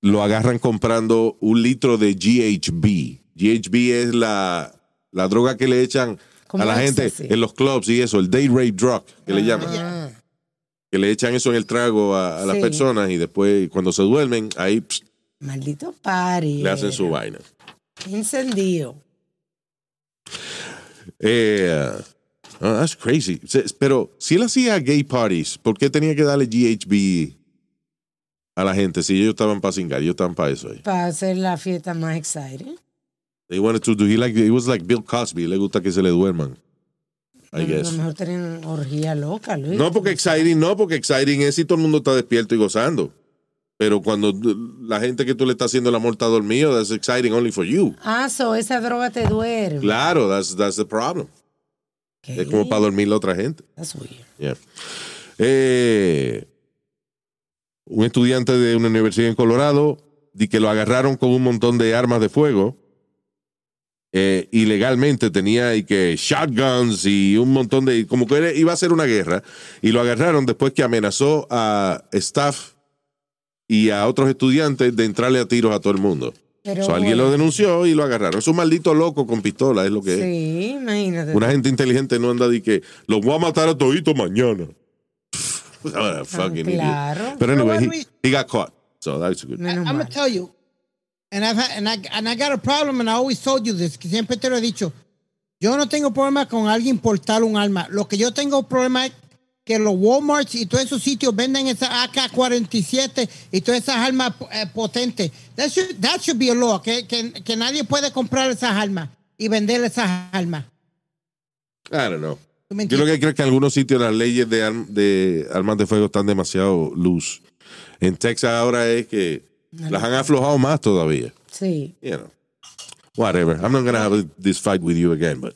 Speaker 4: lo agarran comprando un litro de GHB. GHB es la, la droga que le echan
Speaker 5: Como
Speaker 4: a la gente
Speaker 5: ecstasy.
Speaker 4: en los clubs y eso, el day rape drug, que le llaman.
Speaker 5: Ah,
Speaker 4: Que le echan eso en el trago a, a las
Speaker 5: Sí.
Speaker 4: personas y después cuando se duermen, ahí pss,
Speaker 5: maldito pari.
Speaker 4: le hacen su vaina.
Speaker 5: Encendido.
Speaker 4: Eh, oh, that's crazy. Se- Pero si él hacía gay parties, ¿por qué tenía que darle GHB a la gente? Si ellos estaban para cingar, ellos estaban para eso. ahí.
Speaker 5: para hacer la fiesta más exciting.
Speaker 4: They wanted to do, he like, it was like Bill Cosby, le gusta que se le duerman. I
Speaker 5: Bueno, A
Speaker 4: guess.
Speaker 5: lo mejor tenían orgía loca, Luis.
Speaker 4: No porque exciting, no porque exciting es si todo el mundo está despierto y gozando. Pero cuando d- la gente que tú le estás haciendo el amor está dormido, that's exciting only for you.
Speaker 5: Ah, so esa droga te duerme.
Speaker 4: Claro, that's, that's the problem.
Speaker 5: Ok,
Speaker 4: Es como para dormir la otra gente.
Speaker 5: that's weird.
Speaker 4: Yeah. Eh, un estudiante de una universidad en Colorado di que lo agarraron con un montón de armas de fuego. eh, ilegalmente tenía y que shotguns y un montón de. como que era- iba a ser una guerra. Y lo agarraron después que amenazó a staff y a otros estudiantes de entrarle a tiros a todo el mundo.
Speaker 5: Pero
Speaker 4: So, alguien
Speaker 5: bueno.
Speaker 4: lo denunció y lo agarraron. Es un maldito loco con pistola, es lo que es.
Speaker 5: Sí, imagínate.
Speaker 4: Una gente inteligente no anda de que los voy a matar a todito mañana. What a
Speaker 6: Ah,
Speaker 4: fucking idiot.
Speaker 5: Ah, claro.
Speaker 4: But
Speaker 6: Pero
Speaker 4: anyway,
Speaker 6: bueno,
Speaker 4: he,
Speaker 6: Luis-
Speaker 4: he got caught. So that's good.
Speaker 5: Menos
Speaker 6: I'm
Speaker 5: mal.
Speaker 6: gonna tell you, and I've had, and I and I got a problem, and I always told you this, que siempre te lo he dicho. Yo no tengo problema con alguien portar un arma. Lo que yo tengo problema es que los Walmarts y todos esos sitios venden esas AK-47 y todas esas armas eh, potentes. That should, that should be a law, que, que, que nadie puede comprar esas armas y vender esas armas.
Speaker 4: I don't know.
Speaker 6: ¿Tú me
Speaker 4: Yo lo que creo es que en algunos sitios las leyes de, arm- de armas de fuego están demasiado loose. En Texas ahora es que las han aflojado más todavía.
Speaker 5: Sí.
Speaker 4: You know. Whatever. I'm not going to have this fight with you again, but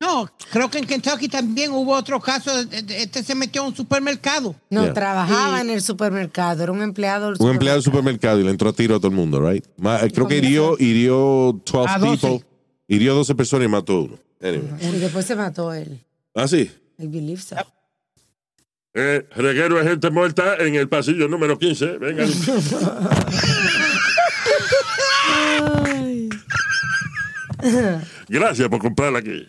Speaker 6: No, creo que en Kentucky también hubo otro caso. de- de- Este se metió a un supermercado.
Speaker 5: No,
Speaker 4: Yeah.
Speaker 5: trabajaba en el supermercado, era un empleado. del
Speaker 4: Un empleado del
Speaker 5: supermercado.
Speaker 4: supermercado y le entró a tiro a todo el mundo, right? Ma- eh, creo que hirió, hirió 12
Speaker 6: A 12.
Speaker 4: people. Hirió 12 personas y mató a uno. Anyway.
Speaker 5: Y después se mató él.
Speaker 4: Ah, sí.
Speaker 5: I believe so.
Speaker 7: Eh, reguero de gente muerta en el pasillo número 15. Venga. Gracias por comprarla aquí.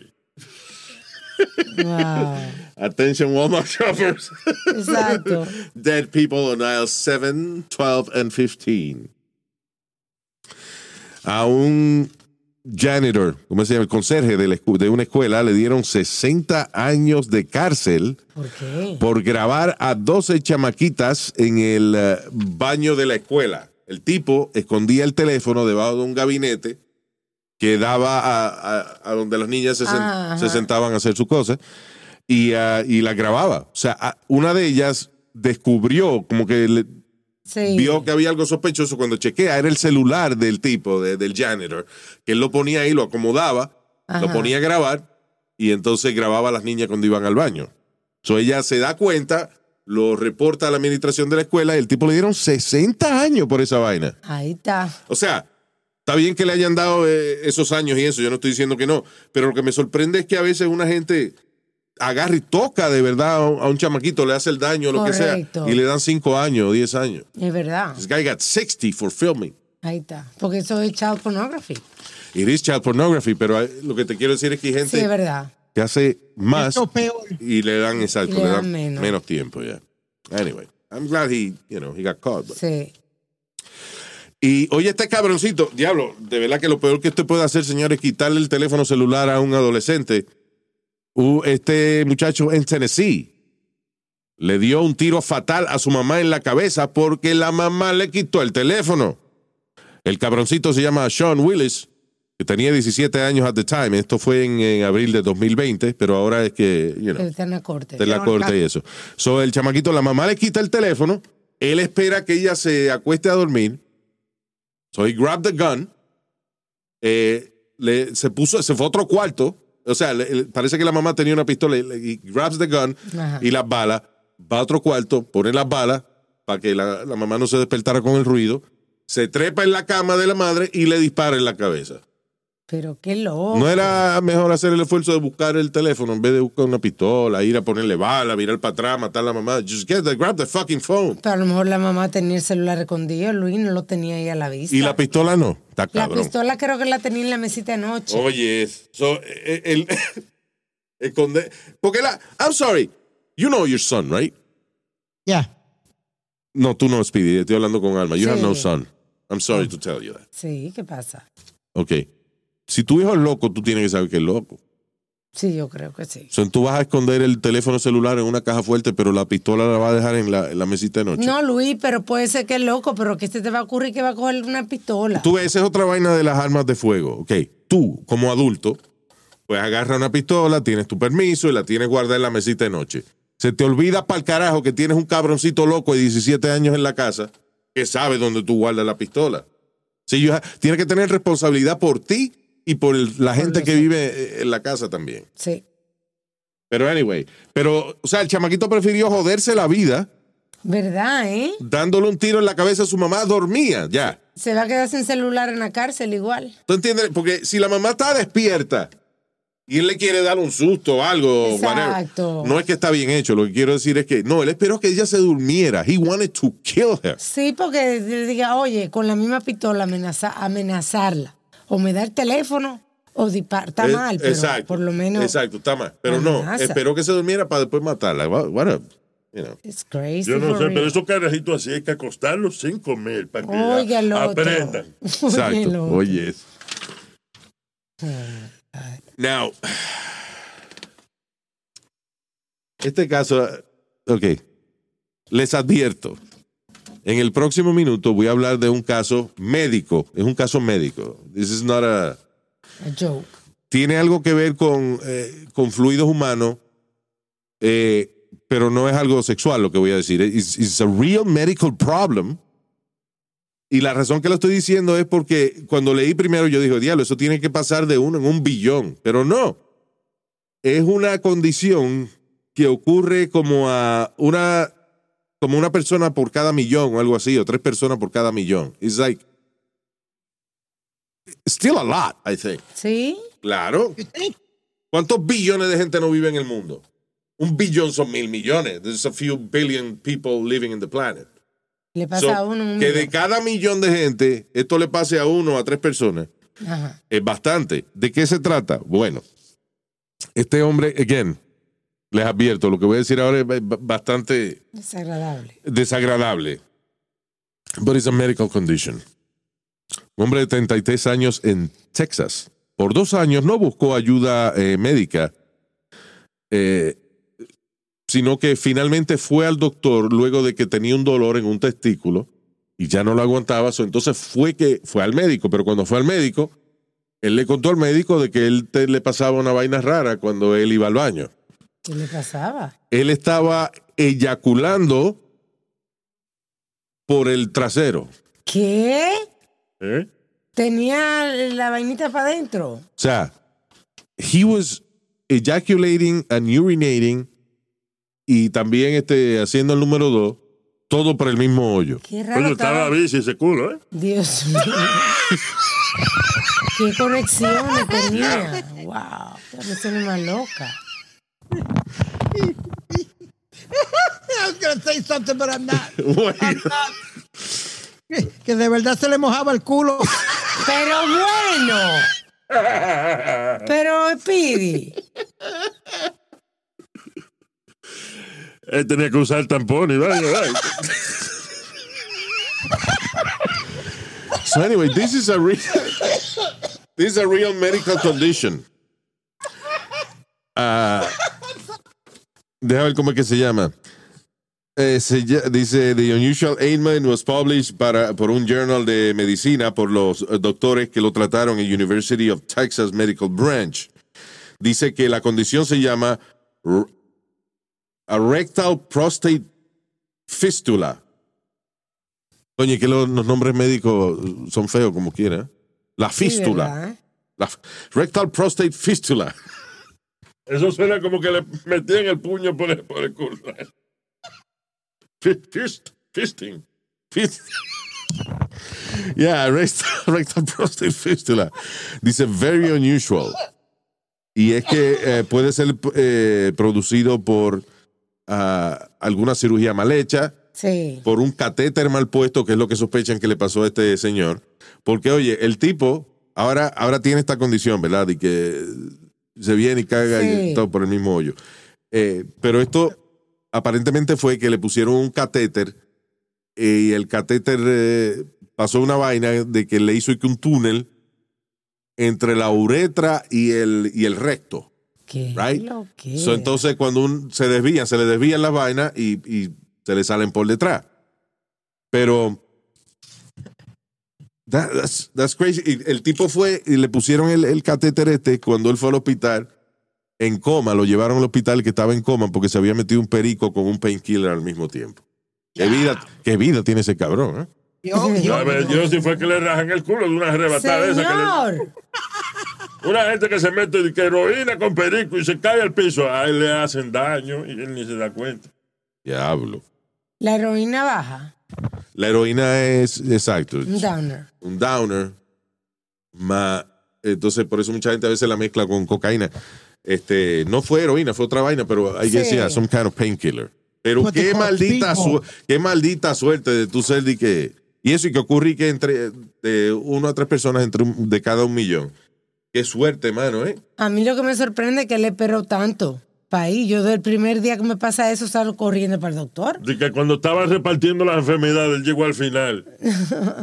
Speaker 5: Wow.
Speaker 4: Attention Walmart shoppers.
Speaker 5: Exacto.
Speaker 4: Dead people on aisles 7, 12, and 15. A un janitor, ¿cómo se llama? El conserje de, la escu- de una escuela le dieron 60 años de cárcel
Speaker 5: ¿Por qué?
Speaker 4: por grabar a 12 chamaquitas en el eh, baño de la escuela. El tipo escondía el teléfono debajo de un gabinete que daba a, a- a donde las niñas se, sen-
Speaker 5: Ah, ajá.
Speaker 4: se sentaban a hacer sus cosas y, ah, y la grababa. O sea, a- una de ellas descubrió, como que le-
Speaker 5: Sí.
Speaker 4: vio que había algo sospechoso cuando chequea, era el celular del tipo, de- del janitor, que él lo ponía ahí, lo acomodaba, lo
Speaker 5: Ajá.
Speaker 4: ponía a grabar y entonces grababa a las niñas cuando iban al baño. So ella se da cuenta, lo reporta a la administración de la escuela y el tipo le dieron 60 años por esa vaina.
Speaker 5: Ahí está.
Speaker 4: O sea, está bien que le hayan dado eh, esos años y eso, yo no estoy diciendo que no, pero lo que me sorprende es que a veces una gente agarra y toca de verdad a un, a un chamaquito, le hace el daño, lo que
Speaker 5: Correcto.
Speaker 4: sea, y le dan 5 años, 10 años.
Speaker 5: Es verdad.
Speaker 4: This guy got 60 for filming.
Speaker 5: Ahí está. Porque eso es child pornography.
Speaker 4: It is child pornography, pero hay- lo que te quiero decir es que hay
Speaker 5: Sí, es
Speaker 4: gente
Speaker 5: verdad.
Speaker 4: que hace más
Speaker 6: Esto es peor.
Speaker 4: y le dan exacto,
Speaker 5: Y
Speaker 4: le, dan menos,
Speaker 5: menos
Speaker 4: tiempo ya. Anyway, I'm glad he, you know, he got caught. but-
Speaker 5: Sí.
Speaker 4: Y oye, este cabroncito, diablo, de verdad que lo peor que usted puede hacer, señor, es quitarle el teléfono celular a un adolescente. Uh, este muchacho en Tennessee le dio un tiro fatal a su mamá en la cabeza porque la mamá le quitó el teléfono. El cabroncito se llama Sean Willis, que tenía 17 años at the time. Esto fue en, en abril de 2020, pero ahora es que, you know,
Speaker 5: Pero está en la corte.
Speaker 4: de la corte y eso. So, el chamaquito, la mamá le quita el teléfono, él espera que ella se acueste a dormir. So, he grabbed the gun, eh, le, se puso, se fue a otro cuarto. O sea, le- le- parece que la mamá tenía una pistola y, le- y grabs the gun
Speaker 5: Ajá.
Speaker 4: y las balas, va a otro cuarto, pone las balas para que la, la mamá no se despertara con el ruido, se trepa en la cama de la madre y le dispara en la cabeza.
Speaker 5: Pero qué loco.
Speaker 4: ¿No era mejor hacer el esfuerzo de buscar el teléfono en vez de buscar una pistola, ir a ponerle bala, mirar para atrás, matar a la mamá? Just get the, grab the fucking phone.
Speaker 5: Pero a lo mejor la mamá tenía el celular escondido, Luis no lo tenía ahí a la vista.
Speaker 4: Y la pistola no. Está
Speaker 5: La
Speaker 4: cabrón. Oh.
Speaker 5: pistola creo que la tenía en la mesita de noche.
Speaker 4: Oye, es- so, eh, el, el conde- porque la, I'm sorry, you know your son, right?
Speaker 6: Ya.
Speaker 4: No, tú no, Speedy, estoy hablando con Alma. You
Speaker 5: Sí. Ah.
Speaker 4: have no son. I'm sorry to tell you that.
Speaker 5: Sí, ¿qué pasa?
Speaker 4: Ok. Si tu hijo es loco, tú tienes que saber que es loco.
Speaker 5: Sí, yo creo que sí.
Speaker 4: O sea, tú vas a esconder el teléfono celular en una caja fuerte, pero la pistola la vas a dejar en la, en la mesita de noche.
Speaker 5: No, Luis, pero puede ser que es loco, pero que se te va a ocurrir que va a coger una pistola.
Speaker 4: Tú ves, esa es otra vaina de las armas de fuego. Ok, tú, como adulto, pues agarra una pistola, tienes tu permiso y la tienes guardada en la mesita de noche. Se te olvida para el carajo que tienes un cabroncito loco de 17 años en la casa que sabe dónde tú guardas la pistola. Sí, you ha- tienes que tener responsabilidad por ti y por el- la gente que vive eh, en la casa también.
Speaker 5: Sí.
Speaker 4: Pero anyway, pero, o sea, el chamaquito prefirió joderse la vida
Speaker 5: ¿Verdad, eh?
Speaker 4: dándole un tiro en la cabeza a su mamá, dormía ya.
Speaker 5: Se va a quedar sin celular en la cárcel igual.
Speaker 4: ¿Tú entiendes? Porque si la mamá está despierta y él le quiere dar un susto o algo,
Speaker 5: Exacto.
Speaker 4: whatever, no es que está bien hecho. Lo que quiero decir es que no, él esperó que ella se durmiera. He wanted to kill her.
Speaker 5: Sí, porque le diga, oye, con la misma pistola amenaza, amenazarla. O me da el teléfono o dispara. Está
Speaker 4: Eh,
Speaker 5: mal, pero por lo menos.
Speaker 4: Exacto, está mal. Pero no,
Speaker 5: Amenaza.
Speaker 4: esperó que se durmiera para después matarla. What, what a- you know.
Speaker 5: It's crazy.
Speaker 7: Yo no
Speaker 5: for
Speaker 7: sé, pero
Speaker 5: real.
Speaker 7: esos carajitos así hay que acostarlos sin comer para que
Speaker 5: Oiga, el otro.
Speaker 7: aprendan.
Speaker 5: Oiga, el
Speaker 4: Exacto.
Speaker 5: otro.
Speaker 4: Oye. eso. Now, este caso, ok, les advierto, en el próximo minuto voy a hablar de un caso médico, es un caso médico. This is not a
Speaker 5: A joke.
Speaker 4: tiene algo que ver con, eh, con fluidos humanos, eh, pero no es algo sexual lo que voy a decir. It's, it's a real medical problem. Y la razón que lo estoy diciendo es porque cuando leí primero yo dije, diablo, eso tiene que pasar de uno en un billón, pero no. es una condición que ocurre como a una como una persona por cada millón o algo así, o tres personas por cada millón. It's like still a lot, I think.
Speaker 5: ¿Sí?
Speaker 4: Claro. ¿Cuántos billones de gente no vive en el mundo? Un billón son mil millones. There's a few billion people living in the planet.
Speaker 5: Le pasa
Speaker 4: So,
Speaker 5: a uno un
Speaker 4: que
Speaker 5: millón.
Speaker 4: de cada millón de gente, esto le pase a uno o a tres personas,
Speaker 5: Ajá.
Speaker 4: es bastante. ¿De qué se trata? Bueno, este hombre, again, les advierto, lo que voy a decir ahora es ba- ba- bastante
Speaker 5: Desagradable.
Speaker 4: desagradable. But it's a medical condition. Un hombre de 33 años en Texas. Por dos años no buscó ayuda eh, médica, eh, sino que finalmente fue al doctor luego de que tenía un dolor en un testículo y ya no lo aguantaba. so, entonces fue que fue al médico, pero cuando fue al médico, él le contó al médico de que él te- le pasaba una vaina rara cuando él iba al baño
Speaker 5: ¿Qué le pasaba?
Speaker 4: él estaba eyaculando por el trasero.
Speaker 5: ¿Qué?
Speaker 7: ¿Eh?
Speaker 5: Tenía la vainita para adentro.
Speaker 4: O sea, he was ejaculating and urinating y también este, haciendo el número dos, todo por el mismo hoyo.
Speaker 5: Qué raro.
Speaker 7: Coño,
Speaker 5: Pues estaba-
Speaker 7: estaba bici ese culo, ¿eh?
Speaker 5: Dios mío. Qué conexiones tenía. Wow. Esta persona es más loca.
Speaker 6: I was gonna say something, but I'm not.
Speaker 4: Bueno,
Speaker 6: Que- Que de verdad se le mojaba el culo.
Speaker 5: Pero bueno. Pero Pidi.
Speaker 7: Él tenía que usar tampón y vaya, vaya.
Speaker 4: so anyway, this is a real, this is a real medical condition. Ah, déjame ver cómo es que se llama. Eh, se ll- dice, The Unusual Ailment was published para, por un journal de medicina por los eh, doctores que lo trataron en University of Texas Medical Branch. Dice que la condición se llama r- a rectal prostate fistula. Oye, que lo- los nombres médicos son feos como quiera. La fístula.
Speaker 5: ¿verdad?
Speaker 4: la f- rectal prostate fistula.
Speaker 7: Eso suena como que le metían el puño por el, por el culo. Fist, fist- fisting.
Speaker 4: Fist- yeah, rect- rectal prostate fistula. Dice very unusual. Y es que eh, puede ser eh, producido por ah, alguna cirugía mal hecha,
Speaker 5: Sí.
Speaker 4: por un catéter mal puesto, que es lo que sospechan que le pasó a este señor. Porque, oye, el tipo ahora, ahora tiene esta condición, ¿verdad? Y que se viene y caga
Speaker 5: Sí.
Speaker 4: y todo por el mismo hoyo. Eh, pero esto aparentemente fue que le pusieron un catéter eh, y el catéter eh, pasó una vaina de que le hizo que un túnel entre la uretra y el, y el recto.
Speaker 5: ¿Qué?
Speaker 4: Right?
Speaker 5: Lo que
Speaker 4: So,
Speaker 5: era.
Speaker 4: entonces, cuando un- se desvían, se le desvían las vainas y, y se le salen por detrás. Pero. that- that's, that's crazy. Y el tipo fue y le pusieron el, el catéter este cuando él fue al hospital en coma. Lo llevaron al hospital que estaba en coma porque se había metido un perico con un painkiller al mismo tiempo. ¿Qué, vida, qué vida tiene ese cabrón? eh?
Speaker 6: Yo,
Speaker 7: A
Speaker 6: yo,
Speaker 7: ver, yo si fue que le rajan el culo de una arrebatada de esa que le-
Speaker 5: Señor.
Speaker 7: Una gente que se mete de que heroína con perico y se cae al piso, a él le hacen daño y él ni se da cuenta.
Speaker 4: Diablo.
Speaker 5: La heroína baja.
Speaker 4: La heroína es. Exacto.
Speaker 5: Un downer.
Speaker 4: un downer. ma- entonces, por eso mucha gente a veces la mezcla con cocaína. Este, no fue heroína, fue otra vaina, pero ahí
Speaker 5: Sí.
Speaker 4: decía, some kind of painkiller. Pero
Speaker 6: But they
Speaker 4: qué
Speaker 6: call
Speaker 4: maldita,
Speaker 6: people.
Speaker 4: su- qué maldita suerte de tú ser de que. Y eso, y que ocurre que entre de uno a tres personas entre un- de cada un millón. Qué suerte, mano, ¿eh?
Speaker 5: A mí lo que me sorprende es que él esperó tanto. Para ahí, yo del primer día que me pasa eso salgo corriendo para el doctor.
Speaker 7: De que cuando estaban repartiendo las enfermedades, él llegó al final.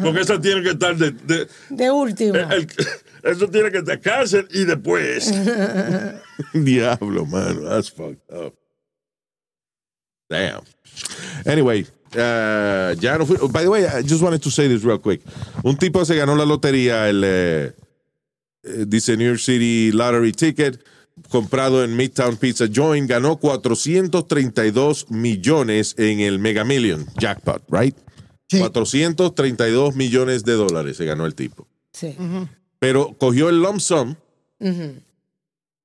Speaker 7: Porque eso tiene que estar de. de-
Speaker 5: De última.
Speaker 4: Eh,
Speaker 7: el- eso tiene que estar cáncer y después.
Speaker 4: Diablo, mano. That's fucked up. Damn. Anyway, uh, ya no fui. oh, by the way, I just wanted to say this real quick. Un tipo se ganó la lotería, el eh, eh, dice New York City Lottery Ticket, comprado en Midtown Pizza Joint, ganó 432 millones en el Mega Million jackpot, right?
Speaker 6: Sí.
Speaker 4: 432 millones de dólares se ganó el tipo
Speaker 5: Sí.
Speaker 4: pero cogió el lump sum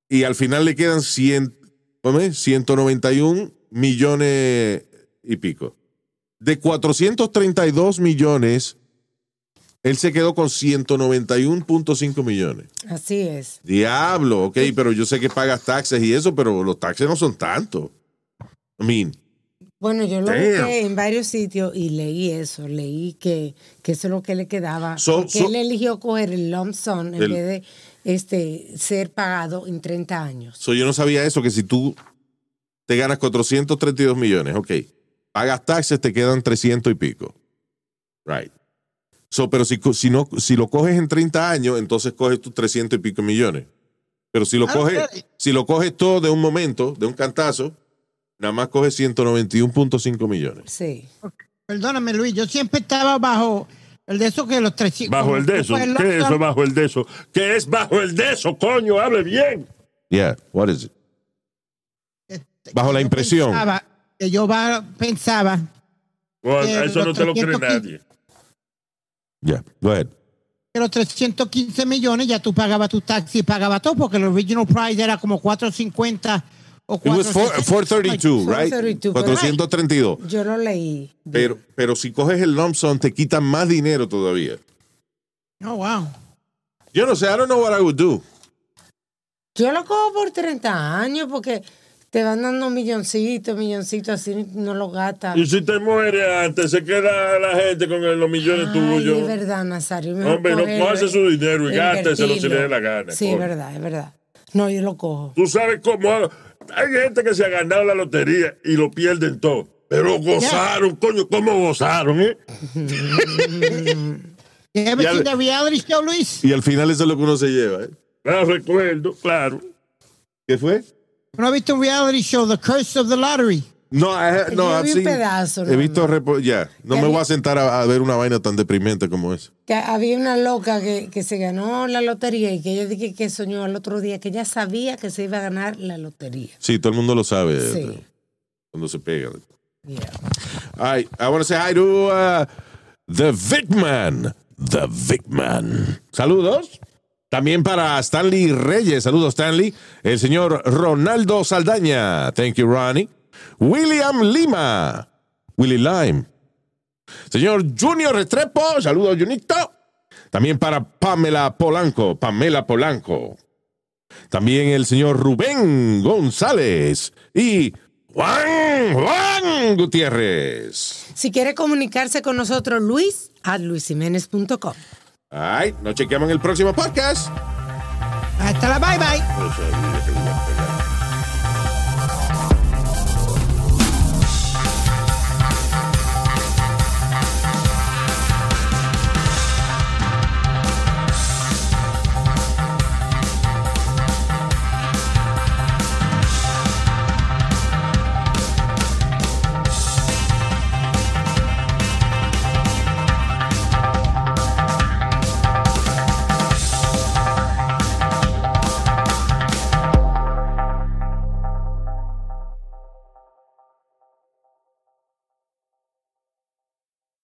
Speaker 4: y al final le quedan 100, ¿cómo es? 191 millones y pico. De 432 millones, él se quedó con 191.5 millones.
Speaker 5: Así es.
Speaker 4: Diablo, ok, pero yo sé que pagas taxes y eso, pero los taxes no son tantos. I mean,
Speaker 5: Bueno, yo lo
Speaker 4: Damn.
Speaker 5: busqué en varios sitios y leí eso, leí que, que eso es lo que le quedaba.
Speaker 4: So-
Speaker 5: que
Speaker 4: so-
Speaker 5: él eligió coger el lump sum en
Speaker 4: El-
Speaker 5: vez de este, ser pagado en 30 años.
Speaker 4: so yo no sabía eso, que si tú te ganas 432 millones, ok, pagas taxes, te quedan 300 y pico. Right. So, pero si, co- si, no, si lo coges en 30 años, entonces coges tus 300 y pico millones. Pero si lo,
Speaker 6: Ah,
Speaker 4: coges,
Speaker 6: ok.
Speaker 4: si lo coges todo de un momento, de un cantazo, nada más coges 191.5 millones.
Speaker 5: Sí.
Speaker 6: Perdóname, Luis, yo siempre estaba bajo el de eso que los 300.
Speaker 7: Bajo el de eso.
Speaker 6: Pues,
Speaker 7: ¿Qué es
Speaker 6: los-
Speaker 7: eso bajo el de eso? ¿Qué es bajo el de eso, coño? Hable bien.
Speaker 4: Yeah, what is it?
Speaker 6: este,
Speaker 4: Bajo
Speaker 6: que
Speaker 4: la
Speaker 6: yo
Speaker 4: impresión.
Speaker 6: pensaba- que yo ba- pensaba
Speaker 7: Bueno,
Speaker 6: Eh,
Speaker 7: eso no
Speaker 6: los
Speaker 7: te lo cree
Speaker 6: 315.
Speaker 7: nadie.
Speaker 4: Yeah, go ahead.
Speaker 6: que los 315 millones ya tú pagabas tu taxi y pagabas todo, porque el original price era como 450 o
Speaker 4: It was four- 432,
Speaker 6: 460.
Speaker 4: right?
Speaker 5: 432,
Speaker 4: 432.
Speaker 5: Yo lo leí.
Speaker 4: Pero, pero si coges el lump sum, te quitan más dinero todavía.
Speaker 6: Oh, wow.
Speaker 4: Yo no sé, I don't know what I would do.
Speaker 5: Yo lo cojo por 30 años porque te van dando un milloncito, milloncito, así no lo gastas.
Speaker 7: Y si te mueres antes, se queda la gente con los millones
Speaker 5: Ay, es
Speaker 7: tuyos.
Speaker 5: verdad, Nazario. mejor
Speaker 7: Hombre, no
Speaker 5: cogerlo,
Speaker 7: cojas
Speaker 5: eh,
Speaker 7: su dinero y gásteselo si
Speaker 5: invertirlo.
Speaker 7: le dé la gana.
Speaker 5: Sí, es
Speaker 7: coño.
Speaker 5: verdad, es verdad. No, yo lo cojo.
Speaker 7: Tú sabes cómo hago. Hay gente que se ha ganado la lotería y lo pierden todo. Pero gozaron, coño, ¿cómo gozaron, eh?
Speaker 6: You ever
Speaker 4: Ya
Speaker 6: seen
Speaker 4: le-
Speaker 6: the reality show, Luis?
Speaker 4: Y al final eso es lo que uno se lleva. ¿eh?
Speaker 7: La recuerdo, claro.
Speaker 4: ¿Qué fue?
Speaker 6: ¿No has visto un reality show, The Curse of the Lottery?
Speaker 4: No, I- no,
Speaker 5: Yo
Speaker 4: I've
Speaker 5: vi un
Speaker 4: seen-
Speaker 5: pedazo,
Speaker 4: He
Speaker 5: no,
Speaker 4: visto.
Speaker 5: no.
Speaker 4: repo- Ya, no
Speaker 5: Ya
Speaker 4: me
Speaker 5: vi-
Speaker 4: voy a sentar a, a ver una vaina tan deprimente como esa.
Speaker 5: Que había una loca que, que se ganó la lotería y que ella dije que soñó al otro día que ella sabía que se iba a ganar la lotería.
Speaker 4: Sí, todo el mundo lo sabe
Speaker 5: Sí.
Speaker 4: eh, cuando se pega.
Speaker 5: Yeah.
Speaker 4: All right, I want to say hi to uh, The Vic Man. The Vic Man. Saludos. También para Stanley Reyes. Saludos, Stanley. El señor Ronaldo Saldaña. Thank you, Ronnie. William Lima. Willy Lime. Señor Junior Restrepo. Saludos, Junito. También para Pamela Polanco. Pamela Polanco. También el señor Rubén González y Juan, Juan Gutiérrez.
Speaker 5: Si quiere comunicarse con nosotros, Luis, a luisiménez.com.
Speaker 4: Ay, nos chequeamos en el próximo podcast.
Speaker 6: Hasta la bye bye.
Speaker 7: O sea,